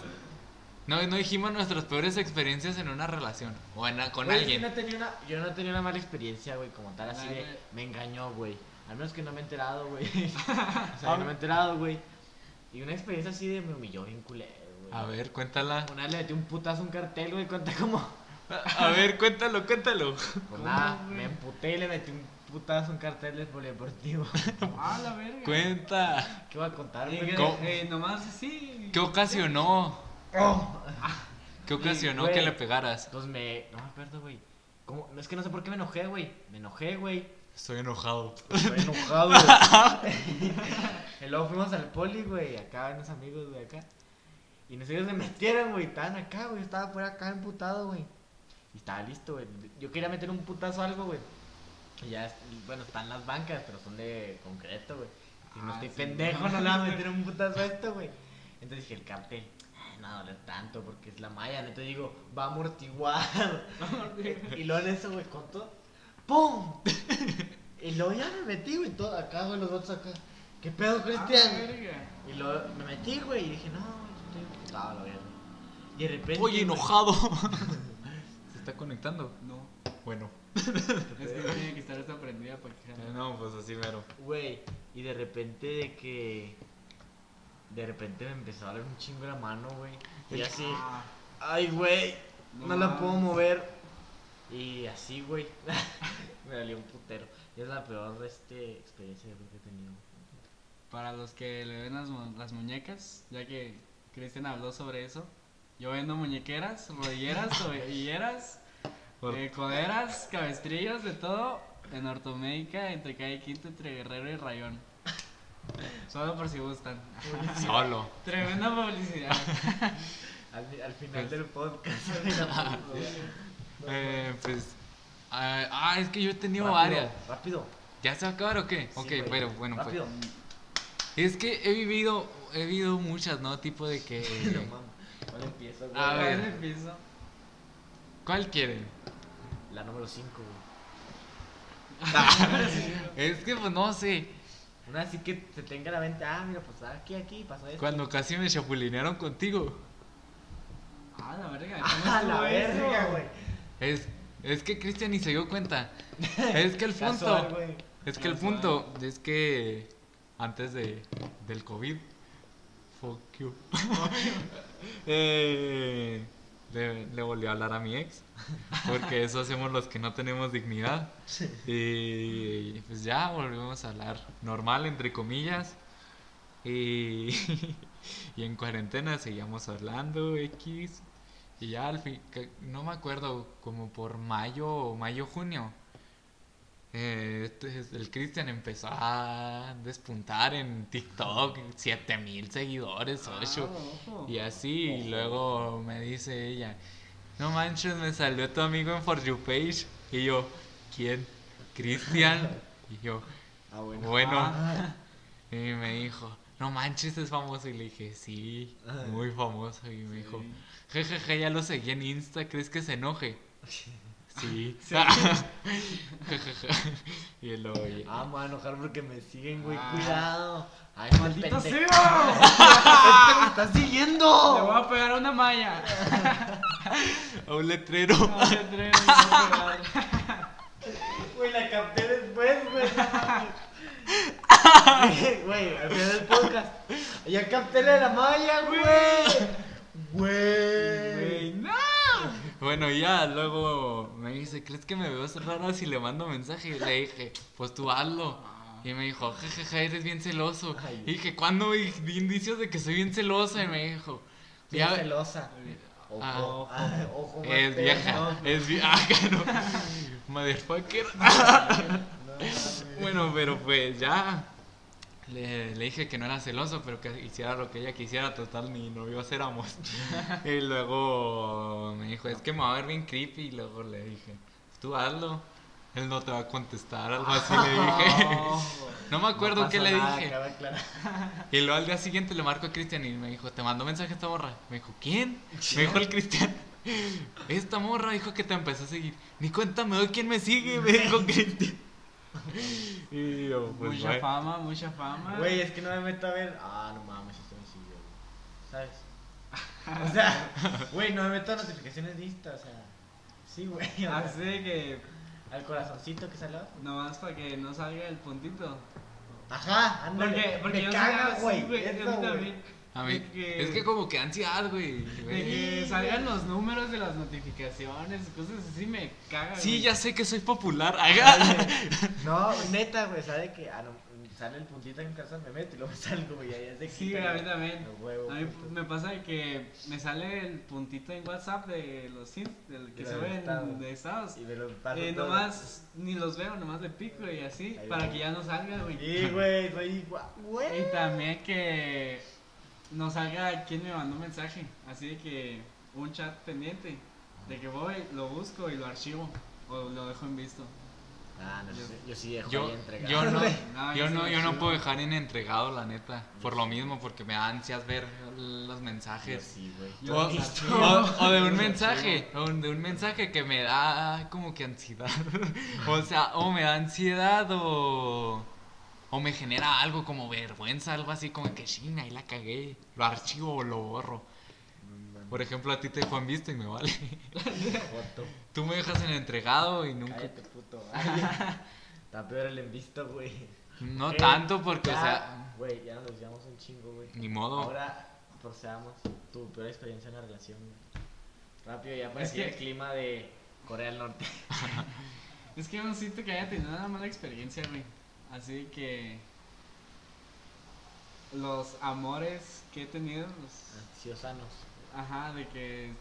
[SPEAKER 2] No, no dijimos nuestras peores experiencias en una relación o en, con
[SPEAKER 3] Güey, es que
[SPEAKER 2] alguien.
[SPEAKER 3] no tenía una- yo no tenía una mala experiencia, güey, como tal, así
[SPEAKER 1] Ay,
[SPEAKER 3] de.
[SPEAKER 1] güey.
[SPEAKER 3] Me engañó, güey. Al menos que no me he enterado, güey. <laughs> o sea, no me he enterado, güey. Y una experiencia así de me humilló bien culero, güey.
[SPEAKER 2] A ver, cuéntala.
[SPEAKER 3] Una vez le metí un putazo a un cartel, güey, cuenta
[SPEAKER 2] <laughs>
[SPEAKER 3] como.
[SPEAKER 2] A ver, cuéntalo, cuéntalo.
[SPEAKER 3] Pues
[SPEAKER 1] ¿Cómo,
[SPEAKER 3] nada,
[SPEAKER 1] güey?
[SPEAKER 3] me emputé y le metí un putazo a un cartel del polideportivo. <laughs>
[SPEAKER 1] Ah, la verga.
[SPEAKER 2] Cuenta.
[SPEAKER 3] ¿Qué voy a contar,
[SPEAKER 1] Eh,
[SPEAKER 3] güey?
[SPEAKER 2] ¿Cómo?
[SPEAKER 1] eh, nomás así.
[SPEAKER 2] ¿Qué ocasionó? ¿Qué ocasionó que
[SPEAKER 3] Oh. güey.
[SPEAKER 2] le pegaras?
[SPEAKER 3] Entonces me. No me acuerdo, güey. ¿Cómo? Es que no sé por qué me enojé, güey. Me enojé, güey.
[SPEAKER 2] Estoy enojado.
[SPEAKER 1] Pues
[SPEAKER 3] Estoy enojado, güey. <laughs> y luego fuimos al poli, güey, acá, unos amigos, güey, acá. Y nos ellos se metieron, güey, estaban acá, güey, estaba por acá emputado, güey. Y estaba listo, güey. Yo quería meter un putazo a algo, güey. Y ya, es- bueno, están las bancas, pero son de concreto, güey. Y
[SPEAKER 1] Ah,
[SPEAKER 3] no estoy
[SPEAKER 1] sí,
[SPEAKER 3] pendejo,
[SPEAKER 1] no.
[SPEAKER 3] no le voy a
[SPEAKER 1] <laughs>
[SPEAKER 3] meter un putazo a esto, güey. Entonces dije, el cartel, "Ah, no va a doler tanto porque es la malla. ¿no? Entonces digo, va amortiguado. Y luego en eso, güey, con todo. ¡Pum! y luego ya me metí, güey, todo acá, güey, los otros acá. ¿Qué pedo,
[SPEAKER 1] Ah,
[SPEAKER 3] Cristian?
[SPEAKER 1] la verga.
[SPEAKER 3] y luego me metí, güey, y dije, no, yo estoy emputado, la verga. Y de repente.
[SPEAKER 2] Oye,
[SPEAKER 3] güey,
[SPEAKER 2] enojado. ¿Se está conectando?
[SPEAKER 1] No.
[SPEAKER 2] Bueno.
[SPEAKER 1] Es que tiene que estar esta prendida para que jale.
[SPEAKER 2] No, pues así mero.
[SPEAKER 3] Güey, y de repente de que. De repente me empezó a dar un chingo la mano, güey. Y
[SPEAKER 2] El-
[SPEAKER 3] así,
[SPEAKER 1] Ah,
[SPEAKER 3] ay, güey, no,
[SPEAKER 1] No
[SPEAKER 3] la
[SPEAKER 1] mames.
[SPEAKER 3] puedo mover. Y así, güey. <laughs> me dolió un putero. Y es la peor este, experiencia yo creo, que he tenido.
[SPEAKER 1] para los que le ven las, mu- las muñecas, ya que Cristian habló sobre eso. Yo vendo muñequeras,
[SPEAKER 3] <laughs>
[SPEAKER 1] rodilleras, tobilleras,
[SPEAKER 2] Por-
[SPEAKER 1] eh, coderas, cabestrillos, de todo en Ortomédica, entre calle Quinto, entre Guerrero y Rayón. Solo por si gustan.
[SPEAKER 2] <laughs> Solo.
[SPEAKER 1] Tremenda publicidad.
[SPEAKER 3] Al, fi- al final
[SPEAKER 2] Pues-
[SPEAKER 3] del <laughs> podcast.
[SPEAKER 2] Eh, pues. ah, ah, es que yo he tenido
[SPEAKER 3] Rápido,
[SPEAKER 2] varias.
[SPEAKER 3] Rápido.
[SPEAKER 2] ¿Ya se va a acabar o qué?
[SPEAKER 3] Sí,
[SPEAKER 2] Ok,
[SPEAKER 3] güey.
[SPEAKER 2] pero bueno, pues.
[SPEAKER 3] Rápido.
[SPEAKER 2] Es que he vivido, he vivido muchas, ¿no? Tipo de que.
[SPEAKER 3] No mames. ¿Cuál empieza, güey?
[SPEAKER 2] A
[SPEAKER 1] A ver,
[SPEAKER 2] ver.
[SPEAKER 1] empiezo.
[SPEAKER 2] ¿Cuál quieren?
[SPEAKER 3] La número 5, güey.
[SPEAKER 2] Es que pues no sé.
[SPEAKER 3] Una así que te tenga la mente. Ah, mira, pues aquí, aquí, pasó <laughs> esto.
[SPEAKER 2] Cuando casi me chapulinearon contigo.
[SPEAKER 1] Ah, la verga. ¿cómo
[SPEAKER 3] Ah, la
[SPEAKER 1] estuvo eso?
[SPEAKER 3] verga, güey.
[SPEAKER 2] Es, es que Cristian ni se dio cuenta. Es que el
[SPEAKER 3] Casual,
[SPEAKER 2] punto.
[SPEAKER 3] güey.
[SPEAKER 2] Es que el
[SPEAKER 1] Casual.
[SPEAKER 2] punto es que antes de, del COVID. Fuck you. Eh, le, le volvió a hablar a mi ex. Porque eso hacemos los que no tenemos dignidad. Y pues ya volvimos a hablar normal, entre comillas. Y, <laughs> y en cuarentena seguíamos hablando, X. Y ya al fin, que- no me acuerdo, como por mayo o mayo, junio. eh, este es- el Cristian empezó a despuntar en TikTok, 7000 seguidores,
[SPEAKER 1] Ah,
[SPEAKER 2] 8.
[SPEAKER 1] ojo.
[SPEAKER 2] Y así, y luego me dice ella, no manches, me salió tu amigo en For You Page. Y yo, ¿quién?
[SPEAKER 1] <laughs>
[SPEAKER 2] ¿Cristian? Y yo,
[SPEAKER 3] Ah, bueno.
[SPEAKER 2] bueno.
[SPEAKER 3] Ah,
[SPEAKER 2] Y me dijo, no manches, es famoso. Y le dije, sí, muy famoso. Y me dijo,
[SPEAKER 1] Sí.
[SPEAKER 2] jejeje, ya lo seguí en Insta, ¿crees que se
[SPEAKER 3] <laughs>
[SPEAKER 2] enoje? <laughs> Sí. Jejeje. y lo oye.
[SPEAKER 3] ah, me voy a enojar porque me siguen, güey.
[SPEAKER 1] Ah.
[SPEAKER 3] Cuidado. Ay,
[SPEAKER 1] ¡Maldito
[SPEAKER 3] pendejo.
[SPEAKER 1] sea!
[SPEAKER 3] Este me está
[SPEAKER 1] Le voy
[SPEAKER 3] siguiendo.
[SPEAKER 1] a pegar una
[SPEAKER 3] <laughs>
[SPEAKER 1] malla.
[SPEAKER 2] A un letrero.
[SPEAKER 1] No, voy a traer, le voy a pegar.
[SPEAKER 3] Güey, la capté después,
[SPEAKER 2] <laughs>
[SPEAKER 3] güey. Güey, al final del podcast. Ya capté la de la malla, güey.
[SPEAKER 1] Güey,
[SPEAKER 3] Güey.
[SPEAKER 1] no.
[SPEAKER 2] Bueno, y ya luego me dice, ¿crees que me veo raro si le mando mensaje? Y le dije, pues tú hazlo. Y me dijo, jejeje, eres bien celoso.
[SPEAKER 3] Ah. Ay.
[SPEAKER 2] Y dije, ¿cuándo me di indicios de que soy bien celosa? Y me dijo,
[SPEAKER 3] Bien
[SPEAKER 2] ya,
[SPEAKER 3] celosa. Ojo,
[SPEAKER 2] Ah.
[SPEAKER 3] ah, ojo. más
[SPEAKER 2] es vieja,
[SPEAKER 3] pedo,
[SPEAKER 2] es vieja, <laughs> no. Motherfucker. Ah,
[SPEAKER 3] no, no, güey.
[SPEAKER 2] Bueno, pero pues ya. Le, le dije que no era celoso, pero que hiciera lo que ella quisiera, total, ni novios
[SPEAKER 3] <laughs>
[SPEAKER 2] éramos. y luego me dijo, es que me va a ver bien creepy, y luego le dije, tú hazlo. Él no te va a contestar, algo así le dije. <laughs> No me acuerdo
[SPEAKER 3] No
[SPEAKER 2] qué
[SPEAKER 3] pasó
[SPEAKER 2] le
[SPEAKER 3] nada,
[SPEAKER 2] dije.
[SPEAKER 3] cabe aclarar.
[SPEAKER 2] Y luego al día siguiente le marco a Cristian y me dijo, te mandó mensaje esta morra. Me dijo, ¿quién? Me dijo el Cristian. Esta morra dijo que te empezó a seguir. Ni cuenta me doy quién me sigue, me dijo Cristian. Y yo, pues,
[SPEAKER 1] mucha
[SPEAKER 2] bueno.
[SPEAKER 1] fama, mucha fama.
[SPEAKER 3] Güey, es que no me meto a ver. Ah, no mames, esto me siguió, güey. ¿Sabes? O sea, güey, no me meto a notificaciones de Insta, o sea. Sí, güey. o
[SPEAKER 2] Ah,
[SPEAKER 3] sea,
[SPEAKER 1] Así que
[SPEAKER 3] Al corazoncito que salió.
[SPEAKER 1] nomás para que no salga el puntito.
[SPEAKER 3] Ajá, ándale.
[SPEAKER 1] Porque, porque
[SPEAKER 3] me
[SPEAKER 1] yo
[SPEAKER 3] caga,
[SPEAKER 1] soy
[SPEAKER 3] güey.
[SPEAKER 1] así, güey.
[SPEAKER 3] eso,
[SPEAKER 1] yo
[SPEAKER 3] güey.
[SPEAKER 1] también.
[SPEAKER 2] A mí,
[SPEAKER 1] de que-
[SPEAKER 2] es que como que ansiedad, güey.
[SPEAKER 1] De
[SPEAKER 2] güey.
[SPEAKER 1] que salgan los números de las notificaciones, cosas así me caga.
[SPEAKER 2] Sí,
[SPEAKER 1] güey.
[SPEAKER 2] ya sé que soy popular. Haga.
[SPEAKER 3] No, neta, güey, sabe que ah, no, sale el puntito en casa, me meto y luego <laughs> salgo, güey, ya, ya se
[SPEAKER 1] Sí,
[SPEAKER 3] quita,
[SPEAKER 1] güey, a mí
[SPEAKER 3] güey.
[SPEAKER 1] también.
[SPEAKER 3] A huevo,
[SPEAKER 1] A mí
[SPEAKER 3] puto.
[SPEAKER 1] me pasa de que me sale el puntito en WhatsApp de los in- del que
[SPEAKER 3] De
[SPEAKER 1] se
[SPEAKER 3] los
[SPEAKER 1] ven
[SPEAKER 3] estados.
[SPEAKER 1] de estados.
[SPEAKER 3] Y me lo paso
[SPEAKER 1] Eh,
[SPEAKER 3] todo.
[SPEAKER 1] nomás ni los veo, nomás le pico y así,
[SPEAKER 3] Ahí
[SPEAKER 1] para
[SPEAKER 3] va.
[SPEAKER 1] que ya no salga, güey.
[SPEAKER 3] Sí, güey, soy igual,
[SPEAKER 1] Y
[SPEAKER 3] güey.
[SPEAKER 1] también que no salga quién me mandó mensaje. Así de que un chat pendiente. De que voy, lo busco y lo archivo. O lo dejo en visto.
[SPEAKER 3] Ah, no, yo, yo sí dejo
[SPEAKER 2] Yo,
[SPEAKER 3] ahí entregado.
[SPEAKER 2] yo no,
[SPEAKER 3] <laughs>
[SPEAKER 1] No,
[SPEAKER 2] yo
[SPEAKER 1] yo sí
[SPEAKER 2] no,
[SPEAKER 1] lo
[SPEAKER 2] yo no
[SPEAKER 1] chido.
[SPEAKER 2] puedo dejar en entregado, la neta. Por lo mismo, porque me da ansias ver los
[SPEAKER 3] Yo
[SPEAKER 2] mensajes.
[SPEAKER 3] sí, güey.
[SPEAKER 1] Yo
[SPEAKER 2] O,
[SPEAKER 1] sí.
[SPEAKER 2] o- o de un
[SPEAKER 1] Yo sí.
[SPEAKER 2] mensaje, o de un mensaje que me da como que ansiedad. <laughs> O sea, o me da ansiedad o, o me genera algo como vergüenza, algo así como que china, ahí la cagué. Lo archivo o lo borro. Por ejemplo, a ti te Juan visto y me vale.
[SPEAKER 1] <laughs>
[SPEAKER 2] <laughs>
[SPEAKER 3] Mm, Foto.
[SPEAKER 2] Tú me dejas en entregado y nunca.
[SPEAKER 3] Cállate, puto. <laughs> Ay, Está peor el envisto, güey.
[SPEAKER 2] No
[SPEAKER 3] Eh,
[SPEAKER 2] tanto porque, o
[SPEAKER 3] Ya,
[SPEAKER 2] sea,
[SPEAKER 3] Güey, ya nos desviamos un chingo, güey.
[SPEAKER 2] ni modo.
[SPEAKER 3] Eh, Ahora procedamos tu peor experiencia en la relación. güey. Rápido, ya para
[SPEAKER 1] Es
[SPEAKER 3] decir
[SPEAKER 1] que-
[SPEAKER 3] el clima de Corea del Norte. <laughs>
[SPEAKER 1] Es que yo no siento que haya tenido una mala experiencia, güey. Así que. Los amores que he tenido, los-
[SPEAKER 3] Ansiosanos.
[SPEAKER 1] ajá, de que.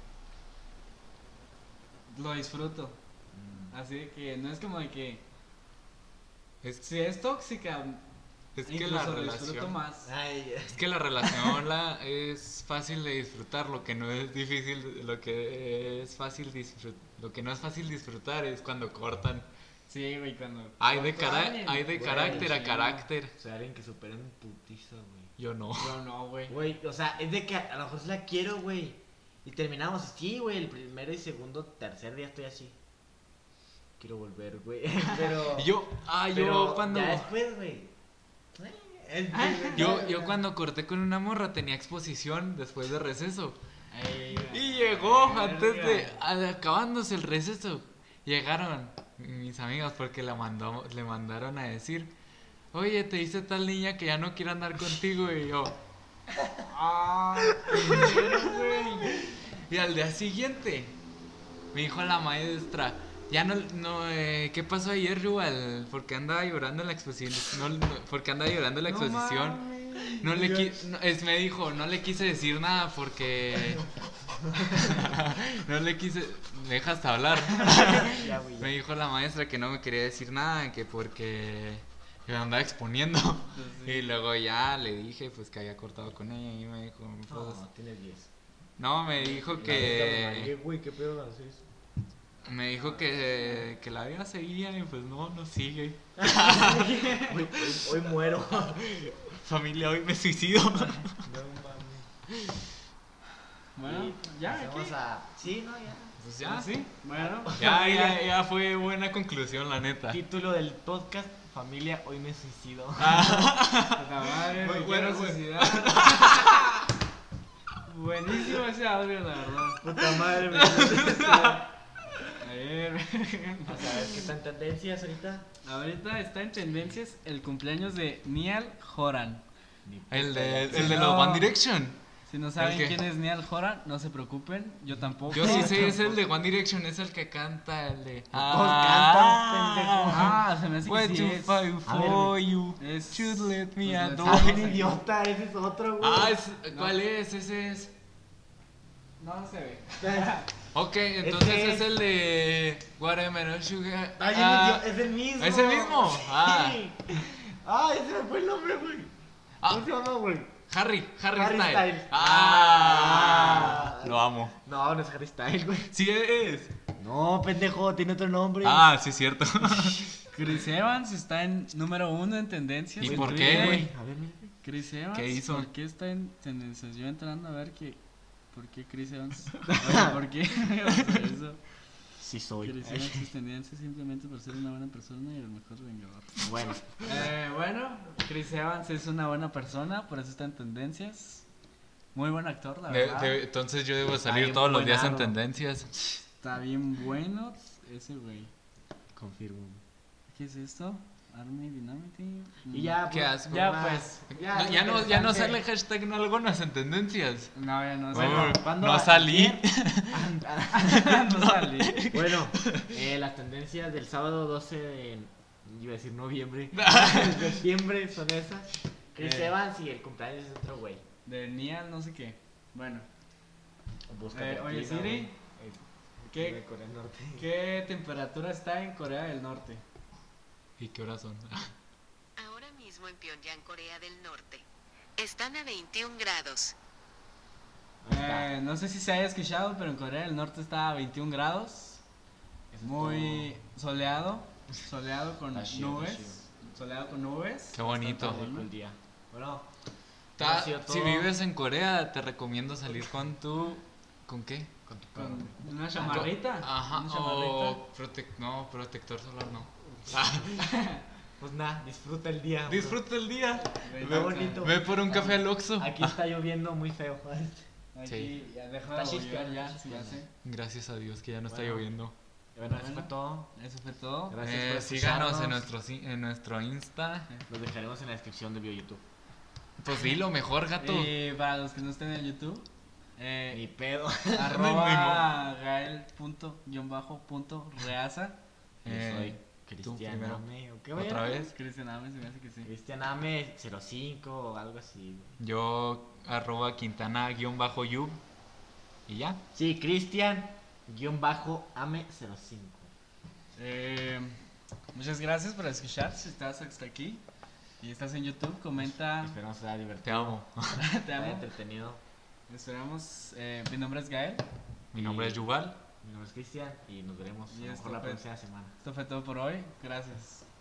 [SPEAKER 1] Lo disfruto. Así de que no es como de que.
[SPEAKER 2] Es,
[SPEAKER 1] Si es tóxica,
[SPEAKER 2] es que la
[SPEAKER 1] incluso lo disfruto
[SPEAKER 2] relación.
[SPEAKER 1] más.
[SPEAKER 3] Ay,
[SPEAKER 2] Es que la relación la es fácil de disfrutar, lo que no es difícil, lo que es fácil disfrutar, lo que no es fácil disfrutar es cuando cortan.
[SPEAKER 1] Sí, güey, cuando.
[SPEAKER 2] Hay de
[SPEAKER 1] cuando
[SPEAKER 2] cara-
[SPEAKER 1] salen.
[SPEAKER 2] hay de
[SPEAKER 3] Güey,
[SPEAKER 2] carácter a
[SPEAKER 1] sí.
[SPEAKER 2] carácter.
[SPEAKER 3] o sea, alguien que supera un putizo, güey.
[SPEAKER 2] Yo no.
[SPEAKER 1] Yo no, güey.
[SPEAKER 3] Güey, o sea, es de que a lo mejor sí la quiero, güey. Y terminamos así, güey. El primero y segundo, tercer día estoy así. Quiero volver, güey. <laughs> Pero.
[SPEAKER 2] Y <laughs> Yo, ah, yo
[SPEAKER 3] pero
[SPEAKER 2] cuando
[SPEAKER 3] Ya después, güey. Ay, es- <laughs>
[SPEAKER 2] yo yo cuando corté con una morra tenía exposición después de receso
[SPEAKER 1] Ay,
[SPEAKER 2] y
[SPEAKER 1] ay,
[SPEAKER 2] llegó
[SPEAKER 1] ay,
[SPEAKER 2] antes de
[SPEAKER 1] verga.
[SPEAKER 2] al- acabándose el receso. Llegaron mis amigas porque la mandó le mandaron a decir, "Oye, te dice tal niña que ya no quiere andar contigo." Y yo,
[SPEAKER 1] Ah, primero, güey.
[SPEAKER 2] Y al día siguiente me dijo la maestra, ya no, no eh, ¿qué pasó ayer, Rubal? Porque andaba llorando en la exposición, no, no, porque andaba llorando en la exposición.
[SPEAKER 1] mames.
[SPEAKER 2] No, le
[SPEAKER 3] Dios.
[SPEAKER 2] qui- no, es, me dijo, no le quise decir nada porque <laughs> no le quise, me dejaste hablar.
[SPEAKER 3] Ya, güey. ya.
[SPEAKER 2] Me dijo la maestra que no me quería decir nada, que porque me andaba exponiendo.
[SPEAKER 1] Entonces,
[SPEAKER 2] Y luego ya le dije pues que había cortado con ella y me dijo, pues,
[SPEAKER 3] No, tienes 10.
[SPEAKER 2] no, me dijo que...
[SPEAKER 3] Güey, qué pedo con eso.
[SPEAKER 2] Me dijo que, que la vida seguía y pues no, no sigue.
[SPEAKER 3] Hoy, hoy, hoy
[SPEAKER 2] <laughs>
[SPEAKER 3] muero.
[SPEAKER 2] Familia, hoy me suicido.
[SPEAKER 3] No mames.
[SPEAKER 1] Bueno, ya, aquí.
[SPEAKER 3] Vamos a. Sí, no, ya.
[SPEAKER 2] Pues ya,
[SPEAKER 1] Sí,
[SPEAKER 2] <laughs>
[SPEAKER 1] bueno. pues,
[SPEAKER 2] Ya, ya, ya fue buena conclusión, la neta.
[SPEAKER 3] Título del podcast: Familia, hoy me suicido.
[SPEAKER 2] Ah,
[SPEAKER 1] Puta madre,
[SPEAKER 2] Muy
[SPEAKER 1] me
[SPEAKER 2] bueno,
[SPEAKER 1] quiero
[SPEAKER 2] güey. <laughs>
[SPEAKER 1] suicidar. Buenísimo ese audio, la verdad.
[SPEAKER 3] Puta madre, <laughs> me A
[SPEAKER 1] A ver, <laughs>
[SPEAKER 3] ver, ¿qué están tendencias ahorita?
[SPEAKER 1] ahorita está en tendencias el cumpleaños de Niall Horan.
[SPEAKER 2] El de,
[SPEAKER 1] Sí,
[SPEAKER 2] el de los
[SPEAKER 1] no.
[SPEAKER 2] One Direction.
[SPEAKER 1] Si no saben
[SPEAKER 2] qué?
[SPEAKER 1] quién es Niall Horan, no se preocupen, yo tampoco.
[SPEAKER 2] Yo sí
[SPEAKER 1] <laughs>
[SPEAKER 2] sé, es el de One Direction, es el que canta, el de...
[SPEAKER 3] Ah,
[SPEAKER 1] Ah, se me hace
[SPEAKER 2] What
[SPEAKER 1] que sí
[SPEAKER 2] you
[SPEAKER 1] es.
[SPEAKER 2] fight
[SPEAKER 3] A ver,
[SPEAKER 2] for you
[SPEAKER 1] Es-
[SPEAKER 2] should let me
[SPEAKER 1] pues,
[SPEAKER 2] adore
[SPEAKER 1] no
[SPEAKER 3] Ah,
[SPEAKER 1] sé.
[SPEAKER 3] un idiota, ese es otro, güey.
[SPEAKER 2] Ah, es-
[SPEAKER 1] No.
[SPEAKER 2] ¿cuál es? Ese es...
[SPEAKER 1] No se ve.
[SPEAKER 2] Ok, entonces
[SPEAKER 3] Ese
[SPEAKER 2] es el de... Watermelon Sugar...
[SPEAKER 3] Ay,
[SPEAKER 2] Ah,
[SPEAKER 3] es el mismo.
[SPEAKER 2] ¿es el mismo?
[SPEAKER 3] Sí.
[SPEAKER 2] Ah.
[SPEAKER 3] Ah, ese me fue el nombre, güey.
[SPEAKER 2] Ah.
[SPEAKER 3] ¿Cómo se llama, güey?
[SPEAKER 2] Harry, Harry,
[SPEAKER 3] Harry
[SPEAKER 2] Styles.
[SPEAKER 3] Styles.
[SPEAKER 2] Ah,
[SPEAKER 3] Ah.
[SPEAKER 2] lo amo.
[SPEAKER 3] No, no es Harry Styles, güey.
[SPEAKER 2] Sí es.
[SPEAKER 3] No, pendejo, tiene otro nombre.
[SPEAKER 2] Ah, sí, cierto.
[SPEAKER 1] Chris Evans está en número uno en tendencias.
[SPEAKER 2] ¿Y
[SPEAKER 1] en
[SPEAKER 2] por
[SPEAKER 1] Twitter.
[SPEAKER 2] qué, güey?
[SPEAKER 3] A ver, mira.
[SPEAKER 1] Chris Evans.
[SPEAKER 2] ¿Qué hizo?
[SPEAKER 1] ¿Por qué está en tendencias? Yo entrando a ver que. ¿Por qué Chris
[SPEAKER 2] <laughs>
[SPEAKER 1] Evans? Oye, ¿Por qué? <laughs> Por eso.
[SPEAKER 3] Sí soy.
[SPEAKER 1] Chris Evans es tendencia simplemente por ser una buena persona y el mejor vengador.
[SPEAKER 3] <laughs> Bueno,
[SPEAKER 1] Eh, bueno, Chris Evans es una buena persona, por eso está en tendencias. Muy buen actor, la
[SPEAKER 2] <laughs> De-
[SPEAKER 1] verdad.
[SPEAKER 2] de- entonces yo debo
[SPEAKER 3] Ay,
[SPEAKER 2] salir
[SPEAKER 3] un
[SPEAKER 2] todos los días en
[SPEAKER 3] buenardo.
[SPEAKER 2] tendencias.
[SPEAKER 1] Está bien bueno ese güey.
[SPEAKER 3] confirmo.
[SPEAKER 1] ¿Qué es esto? Army Dynamite. Mm.
[SPEAKER 3] Y ya,
[SPEAKER 2] Qué
[SPEAKER 3] pues,
[SPEAKER 2] asco.
[SPEAKER 3] ya
[SPEAKER 1] Ah.
[SPEAKER 3] pues.
[SPEAKER 2] No, ya, no, ya no sale
[SPEAKER 3] interesante.
[SPEAKER 2] hashtag no algunas en tendencias.
[SPEAKER 1] No, ya no
[SPEAKER 2] Bueno,
[SPEAKER 1] sale.
[SPEAKER 3] ¿cuándo
[SPEAKER 2] no
[SPEAKER 3] va?
[SPEAKER 2] salí.
[SPEAKER 1] <laughs> no
[SPEAKER 2] <laughs>
[SPEAKER 1] sale.
[SPEAKER 3] Bueno, eh, las tendencias del sábado 12 de. Iba a
[SPEAKER 2] <laughs>
[SPEAKER 3] decir noviembre.
[SPEAKER 2] Ah.
[SPEAKER 3] <laughs> de septiembre son esas. Chris
[SPEAKER 1] Eh.
[SPEAKER 3] Evans y el cumpleaños es otro güey.
[SPEAKER 1] De Nial, no sé qué. Bueno, Eh,
[SPEAKER 3] Búscate aquí,
[SPEAKER 1] oye,
[SPEAKER 3] ¿no?
[SPEAKER 1] Siri,
[SPEAKER 3] Eh,
[SPEAKER 1] ¿qué-
[SPEAKER 3] de Corea del Norte.
[SPEAKER 1] ¿qué temperatura está en Corea del Norte?
[SPEAKER 2] ¿Y qué horas son? <laughs>
[SPEAKER 4] Ahora mismo en Pyongyang, Corea del Norte. Están a 21 grados.
[SPEAKER 3] Ahí está.
[SPEAKER 1] Eh, no sé si se haya escuchado, pero en Corea del Norte está a 21 grados.
[SPEAKER 3] Eso es
[SPEAKER 1] Muy soleado, soleado con
[SPEAKER 3] Está chido,
[SPEAKER 1] nubes.
[SPEAKER 3] está
[SPEAKER 1] Soleado con nubes.
[SPEAKER 2] Qué bonito.
[SPEAKER 3] todo.
[SPEAKER 1] Bastante
[SPEAKER 3] Muy
[SPEAKER 1] bueno.
[SPEAKER 3] cool día.
[SPEAKER 1] Bueno,
[SPEAKER 2] Ta-
[SPEAKER 3] ha sido todo.
[SPEAKER 2] si vives en Corea, te recomiendo salir con tu... ¿Con qué?
[SPEAKER 3] Con tu padre.
[SPEAKER 1] con una chamarrita.
[SPEAKER 2] Ajá, oh,
[SPEAKER 1] Una chamarrita.
[SPEAKER 2] o protec- no, protector solar no.
[SPEAKER 3] Pues nada, disfruta el día. bro.
[SPEAKER 2] Disfruta el día.
[SPEAKER 1] Ven
[SPEAKER 2] Ve,
[SPEAKER 1] acá.
[SPEAKER 3] bonito.
[SPEAKER 2] ve por un café al Oxxo.
[SPEAKER 3] Aquí está lloviendo muy feo. <laughs>
[SPEAKER 1] Aquí,
[SPEAKER 2] Sí.
[SPEAKER 1] ya deja de
[SPEAKER 3] Está
[SPEAKER 1] bollear
[SPEAKER 3] chispeando,
[SPEAKER 1] ya,
[SPEAKER 3] está
[SPEAKER 1] si ya sé.
[SPEAKER 2] Gracias a Dios que ya no está
[SPEAKER 3] Bueno.
[SPEAKER 2] lloviendo.
[SPEAKER 3] Bueno, eso fue
[SPEAKER 1] Bueno.
[SPEAKER 3] todo.
[SPEAKER 1] Eso fue todo.
[SPEAKER 3] Gracias
[SPEAKER 2] Eh,
[SPEAKER 3] por
[SPEAKER 2] síganos en
[SPEAKER 3] escucharnos.
[SPEAKER 2] nuestro, ci- en nuestro Insta.
[SPEAKER 3] Los dejaremos en la descripción del video YouTube. <laughs>
[SPEAKER 2] Pues di lo mejor, gato.
[SPEAKER 1] Y para los que no estén en YouTube, eh,
[SPEAKER 3] Ni pedo.
[SPEAKER 1] arroba gael punto guión bajo punto reaza
[SPEAKER 3] Yo soy
[SPEAKER 2] Eh, tú
[SPEAKER 3] Cristian
[SPEAKER 2] primero.
[SPEAKER 3] Ame. ¿o qué, güey?
[SPEAKER 2] Otra vez.
[SPEAKER 1] Cristian Ames se me hace que sí
[SPEAKER 3] Cristian Ame 05 o algo así. güey.
[SPEAKER 2] Yo arroba quintana guión bajo yub. Y ya.
[SPEAKER 3] Sí, Cristian guión bajo Ame 05.
[SPEAKER 1] Eh, muchas gracias por escuchar si estás hasta aquí y estás en YouTube comenta
[SPEAKER 3] Esperamos sea
[SPEAKER 2] Te
[SPEAKER 3] divertido.
[SPEAKER 2] amo.
[SPEAKER 1] te
[SPEAKER 3] sea
[SPEAKER 1] amo
[SPEAKER 3] entretenido.
[SPEAKER 1] esperamos eh, mi nombre es Gael
[SPEAKER 2] Mi nombre es Yubal.
[SPEAKER 3] Mi nombre es Cristian y nos veremos a
[SPEAKER 1] Y
[SPEAKER 3] lo
[SPEAKER 1] esto
[SPEAKER 3] mejor la
[SPEAKER 1] fue-
[SPEAKER 3] próxima semana.
[SPEAKER 1] esto fue todo por hoy gracias